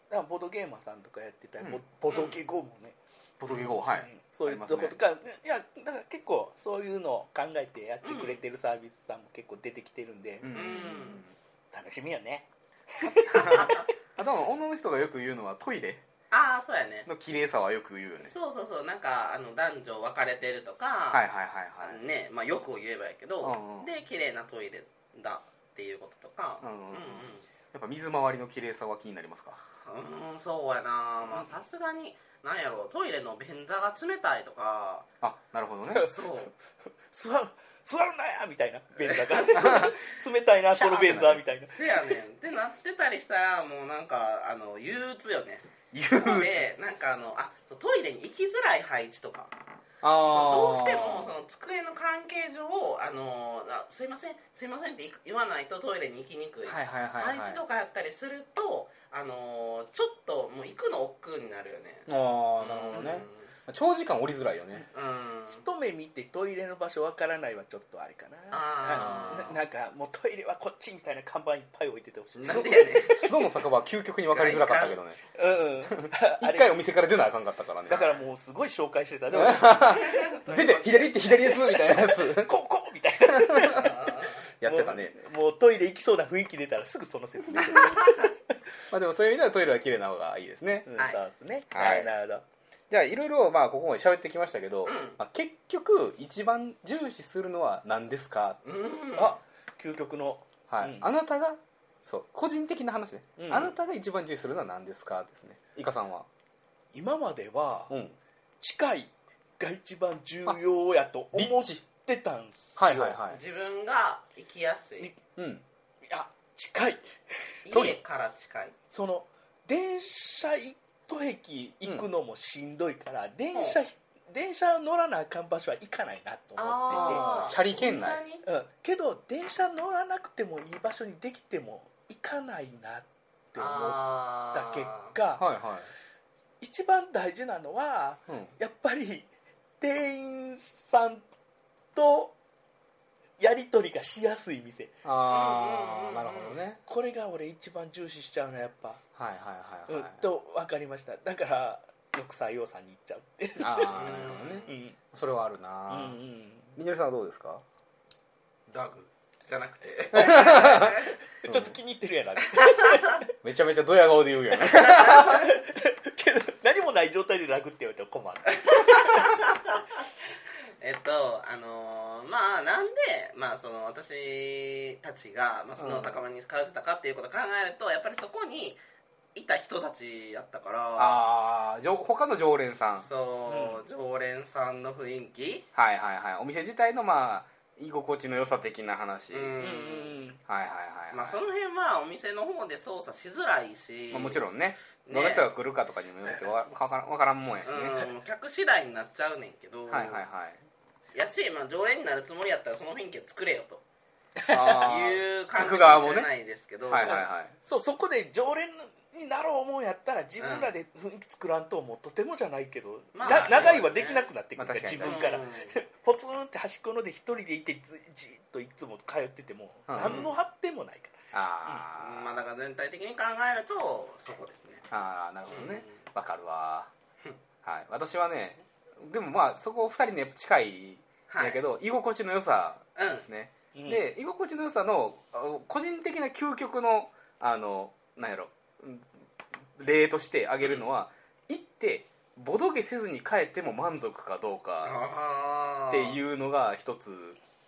Speaker 1: らボードゲーマーさんとかやってたら、
Speaker 3: うん
Speaker 1: ボボドゲゴもね、
Speaker 3: ボトゲ号はい、
Speaker 1: うんそういうとことか、いやだから結構そういうのを考えてやってくれてるサービスさんも結構出てきてるんで、
Speaker 3: うん
Speaker 2: ん
Speaker 1: 楽しみよね
Speaker 3: あとは女の人がよく言うのはトイレ
Speaker 2: [LAUGHS] ああそうや
Speaker 3: [LAUGHS]
Speaker 2: ね
Speaker 3: の綺麗さはよく言うよね
Speaker 2: そうそうそうなんかあの男女分かれてるとか、
Speaker 3: はいはいはいはい
Speaker 2: ねまあ、よくを言えばやけど、
Speaker 3: うんうん
Speaker 2: で綺麗なトイレだっていうこととか
Speaker 3: うんうんうん
Speaker 2: うん
Speaker 3: やっぱ水回りの綺麗さは気になりますか
Speaker 2: うん、うん、そうやなまあさすがになんやろうトイレの便座が冷たいと
Speaker 3: [LAUGHS]
Speaker 2: か
Speaker 3: あなるほどね
Speaker 2: そう
Speaker 1: 座る座るなやみたいな便
Speaker 3: [LAUGHS]
Speaker 1: 座が冷たいなこの便座みたいな
Speaker 2: せやねんってなってたりしたらもうなんかあの憂鬱よね
Speaker 3: 言う
Speaker 2: でなんかあのあそうトイレに行きづらい配置とか
Speaker 3: あ
Speaker 2: どう
Speaker 3: ー
Speaker 2: してもその机の関係上あのあすいませんすいませんって言わないとトイレに行きにくい
Speaker 3: はいはいはいはい
Speaker 2: 配置とかやったりすると、あのーちょっともう行くの億劫になるよね
Speaker 3: ああなるほどね長時間降りづらいよね
Speaker 2: うん、うん
Speaker 1: 一目見てトイレの場所わからないはちょっとあれかな
Speaker 2: あー
Speaker 1: のななんかもうトイレはこっちみたいな看板いっぱい置いててほしい
Speaker 2: なんでやねん
Speaker 3: 須藤の酒場は究極に分かりづらかったけ
Speaker 2: [LAUGHS]
Speaker 3: どね
Speaker 1: うんうん
Speaker 3: [LAUGHS]
Speaker 1: あ
Speaker 3: 一
Speaker 1: れ
Speaker 3: 回お店から出なあかんかったからね
Speaker 1: だからもうすごい紹介してたでも
Speaker 3: [LAUGHS] 出て左行って左ですみたいなやつ
Speaker 1: こうこうみたいな
Speaker 3: [LAUGHS] やってたね
Speaker 1: もうもうトイレ行きそうな雰囲気出たらすぐその説明する、
Speaker 3: [LAUGHS] まあでもそういう意味ではトイレは綺麗な方がいいですね
Speaker 1: うん
Speaker 2: はい
Speaker 1: そうですね、
Speaker 3: はい
Speaker 1: なるほど
Speaker 3: じゃあいろいろまあここまで喋ってきましたけど、
Speaker 2: うん
Speaker 3: まあ、結局一番重視するのは何ですか、 [LAUGHS]
Speaker 2: うん
Speaker 1: あ究極の
Speaker 3: はい
Speaker 1: うん
Speaker 3: あなたがそう個人的な話ね、
Speaker 1: うん
Speaker 3: あなたが一番重視するのは何ですかですねイカさんは
Speaker 1: 今までは
Speaker 3: うん
Speaker 1: 近いが一番重要やと思っ
Speaker 3: 立地
Speaker 1: てたんすよ
Speaker 3: はいはいはい
Speaker 2: 自分が行きやすい
Speaker 3: うん
Speaker 1: いや近い
Speaker 3: トイレ
Speaker 2: 家から近い
Speaker 1: その電車一駅行くのもしんどいから、電車ひ電車乗らなあかん場所は行かないなと思
Speaker 3: あーチャリ圏内
Speaker 2: そんなに
Speaker 1: ってて、うん、けど電車乗らなくてもいい場所にできても行かないなって思っ
Speaker 2: あ
Speaker 1: た
Speaker 2: ー
Speaker 1: 結果、
Speaker 3: はいは、
Speaker 1: 一番大事なのはい
Speaker 3: うん、
Speaker 1: やっぱり店員さんとやり取りがしやすい店
Speaker 3: あ
Speaker 2: うんうんうんう
Speaker 3: あな
Speaker 2: ん
Speaker 3: るほどね
Speaker 1: これが俺一番重視しちゃうのやっぱ、
Speaker 3: はいはい
Speaker 1: うん
Speaker 3: はいはい
Speaker 1: と分かりましただからよく採用さんに行っちゃうって
Speaker 3: ああなるほどね
Speaker 1: うん
Speaker 3: それはある
Speaker 1: う
Speaker 3: な、
Speaker 1: んうん
Speaker 3: みのりさんはどうですか
Speaker 2: ラグじゃなくて
Speaker 3: [LAUGHS]
Speaker 1: ちょっと気に入ってるやな
Speaker 3: めちゃめちゃドヤ顔で言うよね
Speaker 1: けど何もない状態でラグって言われても困る
Speaker 2: えっとあのーまあなんで、まあ、その私たちが、まあ、スノー高まに通ってたかっていうことを考えると、やっぱりそこにいた人たちやったから
Speaker 3: ああ他の常連さん
Speaker 2: そう、常連さんの雰囲気
Speaker 3: はいはいはいお店自体のまあ居心地の良さ的な話、
Speaker 2: うん
Speaker 3: はいはいはいはい、
Speaker 2: まあ、その辺はお店の方で操作しづらいし、
Speaker 3: まあもちろんね
Speaker 2: ね
Speaker 3: どの人が来るかとかにもよって
Speaker 2: [LAUGHS]
Speaker 3: わわからんわからんもんやしね、
Speaker 2: うん、客次第になっちゃうねんけど、
Speaker 3: はいはい
Speaker 2: [LAUGHS]
Speaker 3: はい
Speaker 2: やし、まあ、常連になるつもりやったらその雰囲気を作れよと
Speaker 3: あー
Speaker 2: いう感
Speaker 3: 客
Speaker 2: じ
Speaker 3: 側
Speaker 2: か
Speaker 3: も
Speaker 2: も
Speaker 3: ね
Speaker 2: しれないですけど、
Speaker 3: はいはいはい
Speaker 1: そうそこで常連になろう思うんやったら自分らで雰囲気作らんともうとてもじゃないけど、
Speaker 2: まあ
Speaker 1: な
Speaker 2: そうだね
Speaker 1: 長いはできなくなってくるから、
Speaker 3: まあ確か
Speaker 1: 自
Speaker 3: に
Speaker 1: 分から、
Speaker 2: うん
Speaker 1: ポツンって端っこので一人でいてずじっといつも通ってても
Speaker 3: うん
Speaker 1: 何の発展もないか
Speaker 3: あー、
Speaker 2: まあ、だから全体的に考えるとそこですね
Speaker 3: あーなるほどねわかるわはい私はねでもまあそこ2人ね近いん
Speaker 2: はい
Speaker 3: やけど、居心地の良さですね、
Speaker 1: ら、うん
Speaker 3: で居心地の良さのあの個人的な究極のあのなんやろうん例として挙げるのは、行ってボドゲせずに帰っても満足かどうか
Speaker 2: あ
Speaker 3: って
Speaker 2: う、
Speaker 3: いうのが一つ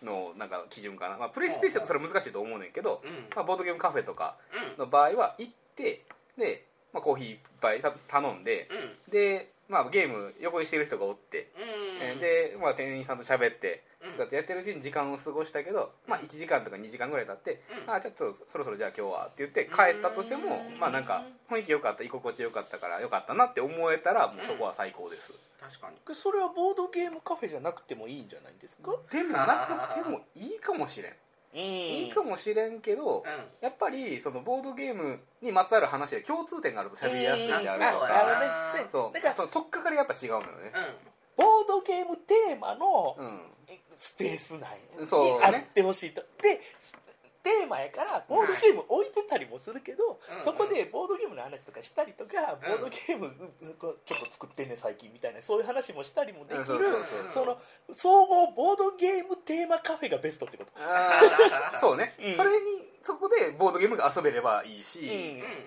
Speaker 3: のなんか基準かな、まあ、プレイスペースだとそれは難しいと思うねんけど、
Speaker 2: うんうん
Speaker 3: まあ、ボードゲームカフェとかの場合は行ってで、まあ、コーヒーいっぱいた頼んで
Speaker 2: うん
Speaker 3: で、まあ、ゲーム横にしてる人がおって、
Speaker 2: うんうん、
Speaker 3: で、まあ、店員さんと喋って
Speaker 2: うん、
Speaker 3: だってやってるうちに時間を過ごしたけど、まあ、1時間とか2時間ぐらい経って、
Speaker 2: うん
Speaker 3: ああちょっとそろそろじゃあ今日はって言って帰ったとしても
Speaker 2: うん
Speaker 3: まあなんか雰囲気良かった居心地良かったから良かったなって思えたらもうそこは最高です、
Speaker 2: 確かに
Speaker 1: それはボードゲームカフェじゃなくてもいいんじゃないんですか、
Speaker 3: でもなくてもいいかもしれん、
Speaker 1: うん、
Speaker 3: いいかもしれんけど、
Speaker 2: う
Speaker 3: やっぱりそのボードゲームにまつわる話で共通点があると喋りやすいんだ
Speaker 2: ん
Speaker 3: よ
Speaker 2: あ
Speaker 3: ね
Speaker 2: そう
Speaker 1: なる
Speaker 2: や
Speaker 1: ほどね
Speaker 3: そうだか
Speaker 1: だか
Speaker 3: ららその取っかかりやっぱ違うのよね
Speaker 2: んうん
Speaker 1: ボードゲームテーマの
Speaker 3: う
Speaker 1: スペース内に
Speaker 3: そう
Speaker 1: あ
Speaker 3: ね
Speaker 1: ってほしいと、でステーマやからボードゲーム置いてたりもするけど、
Speaker 2: うん
Speaker 1: そこでボードゲームの話とかしたりとか、
Speaker 2: うん
Speaker 1: ボードゲームううこうちょっと作ってんね最近みたいなそういう話もしたりもできる、
Speaker 3: んそうそうそう
Speaker 1: その総合ボードゲームテーマカフェがベストってこと、
Speaker 3: あーそうね、
Speaker 1: うん
Speaker 3: それにそこでボードゲームが遊べればいいし、
Speaker 1: う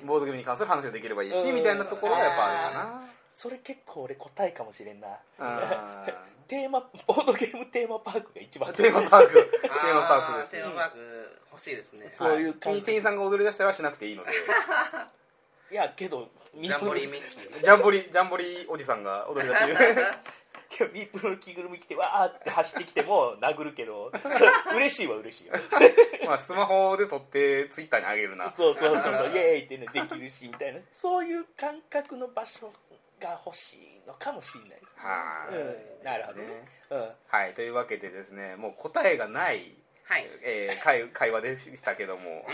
Speaker 1: ん
Speaker 2: うん
Speaker 3: ボードゲームに関する話ができればいいし、
Speaker 1: うん
Speaker 3: みたいなところがやっぱあるか
Speaker 1: それ結構俺答えかもしれんな
Speaker 3: な、
Speaker 1: [LAUGHS] テーマボードゲームテーマパークが一番
Speaker 3: うん、 [LAUGHS] テーマパークテーマパークです
Speaker 2: テーマパーク欲しいですね
Speaker 1: そういう感じ
Speaker 3: は店員さんが踊り出したらしなくていいので
Speaker 1: いやけど
Speaker 2: ジャンボリー
Speaker 1: ミープル
Speaker 2: ミッキー
Speaker 3: ジャンボリジャンボリおじさんが踊り出して
Speaker 2: [LAUGHS]
Speaker 1: いやミープルの着ぐるみ着てわーって走ってきても殴るけ
Speaker 3: [LAUGHS]
Speaker 1: ど嬉しいは嬉しいよ
Speaker 3: まあスマホで撮ってツイッターにあげるな
Speaker 1: そうそうそうそうイエーイってねできるしみたいなそういう感覚の場所が欲しいのかもしれないです
Speaker 3: はい、
Speaker 1: うんなるほどねうん
Speaker 3: はいというわけでですねもう答えがない、
Speaker 2: はい
Speaker 3: えー会会話でしたけども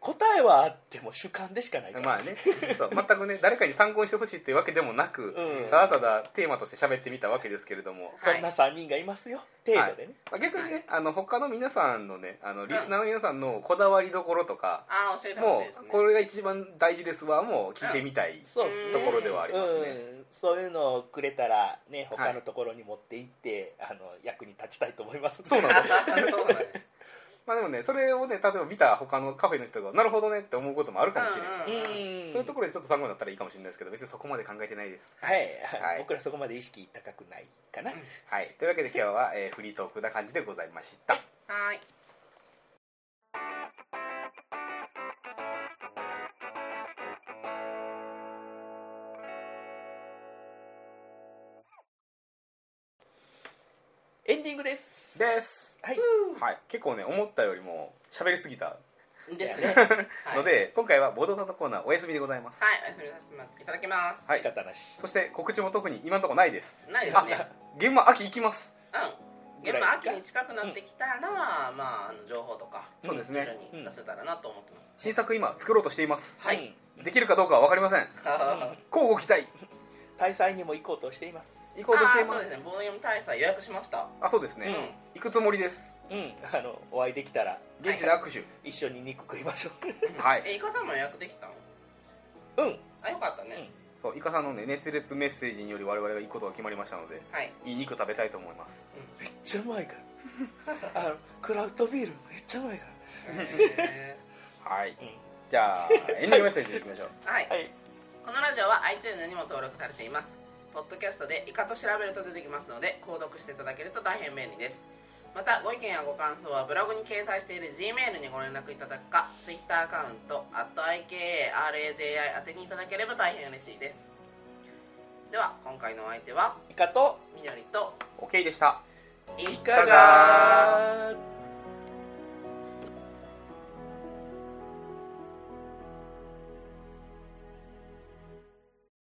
Speaker 1: 答えはあっても主観でしかないから、
Speaker 3: まあねそう全くね誰かに参考にしてほしいっていうわけでもなく、
Speaker 1: うん
Speaker 3: ただただテーマとして喋ってみたわけですけれども、
Speaker 1: こんな3人がいますよ程度でね、
Speaker 3: まあ、逆にね、あの他の皆さんのねあのリスナーの皆さんのこだわりどころとか、
Speaker 2: ああ教えてほ
Speaker 3: も
Speaker 2: しいです
Speaker 3: う
Speaker 2: ね
Speaker 3: これが一番大事ですわもう聞いてみたい、
Speaker 1: そうですね
Speaker 3: ところではありますね
Speaker 1: うんそういうのをくれたらね他のところに持って行って、あの役に立ちたいと思いますそう
Speaker 3: な
Speaker 2: そうだね
Speaker 3: まあでもねそれをね例えば見た他のカフェの人がなるほどねって思うこともあるかもしれない、
Speaker 2: うん
Speaker 1: ん
Speaker 3: そういうところでちょっと参考になったらいいかもしれないですけど別にそこまで考えてないです
Speaker 1: はい、
Speaker 3: はい
Speaker 1: 僕らそこまで意識高くないかな、
Speaker 2: うん
Speaker 3: はいというわけで今日は、えーフリートークな感じでございました
Speaker 2: はい
Speaker 1: エンディングです
Speaker 3: です
Speaker 1: はい
Speaker 3: はい結構ね思ったよりも喋りすぎた [LAUGHS]
Speaker 2: ですね
Speaker 3: ので、今回はボードさんのコーナーお休みでございます、
Speaker 2: はいおやすみさせていただきます
Speaker 3: はい
Speaker 1: 仕方なし
Speaker 3: そして告知も特に今のところないです
Speaker 2: ないです
Speaker 3: あ [LAUGHS]
Speaker 2: ね
Speaker 3: 現場秋行きます
Speaker 2: うん現場秋に近くなってきたら、まああの情報とか
Speaker 3: そうですね
Speaker 2: いろいろに出せたらなと思ってます、
Speaker 3: 新
Speaker 2: [LAUGHS]
Speaker 3: 作今作ろうとしています
Speaker 2: はい
Speaker 1: うん
Speaker 3: できるかどうかは分かりません
Speaker 2: あ
Speaker 3: 交互期待
Speaker 1: 大祭にも行こうとしています
Speaker 3: 行こうとしていま
Speaker 2: あーそうですねボードゲーム大祭予約しました
Speaker 3: あそうですね、
Speaker 2: うん
Speaker 3: 行くつもりです
Speaker 1: うんあのお会いできたら
Speaker 3: 現地で握手、
Speaker 1: 一緒に肉食いましょ
Speaker 3: はい
Speaker 2: えイカさんも予約できたの
Speaker 1: ううん
Speaker 2: あよかったね、
Speaker 3: そうイカさんのね熱烈メッセージにより我々が行くことが決まりましたので [LAUGHS]
Speaker 2: はい
Speaker 3: いい肉食べたいと思います
Speaker 1: めっちゃうまいからあのクラフトビールめっちゃうまいから
Speaker 2: え
Speaker 3: はい
Speaker 1: うん
Speaker 3: じゃあエンディングメッセージいきましょう
Speaker 2: ーはい
Speaker 1: はい
Speaker 2: このラジオは iTunes にも登録されていますポッドキャストでイカと調べると出てきますので購読していただけると大変便利ですまたご意見やご感想はブログに掲載している G メールにご連絡いただくか Twitter アカウント @IKARAJI 宛てにいただければ大変嬉しいですでは今回のお相手は
Speaker 1: イカと
Speaker 2: みどりと
Speaker 3: OK でした
Speaker 2: イ
Speaker 1: イ
Speaker 3: カが
Speaker 1: カが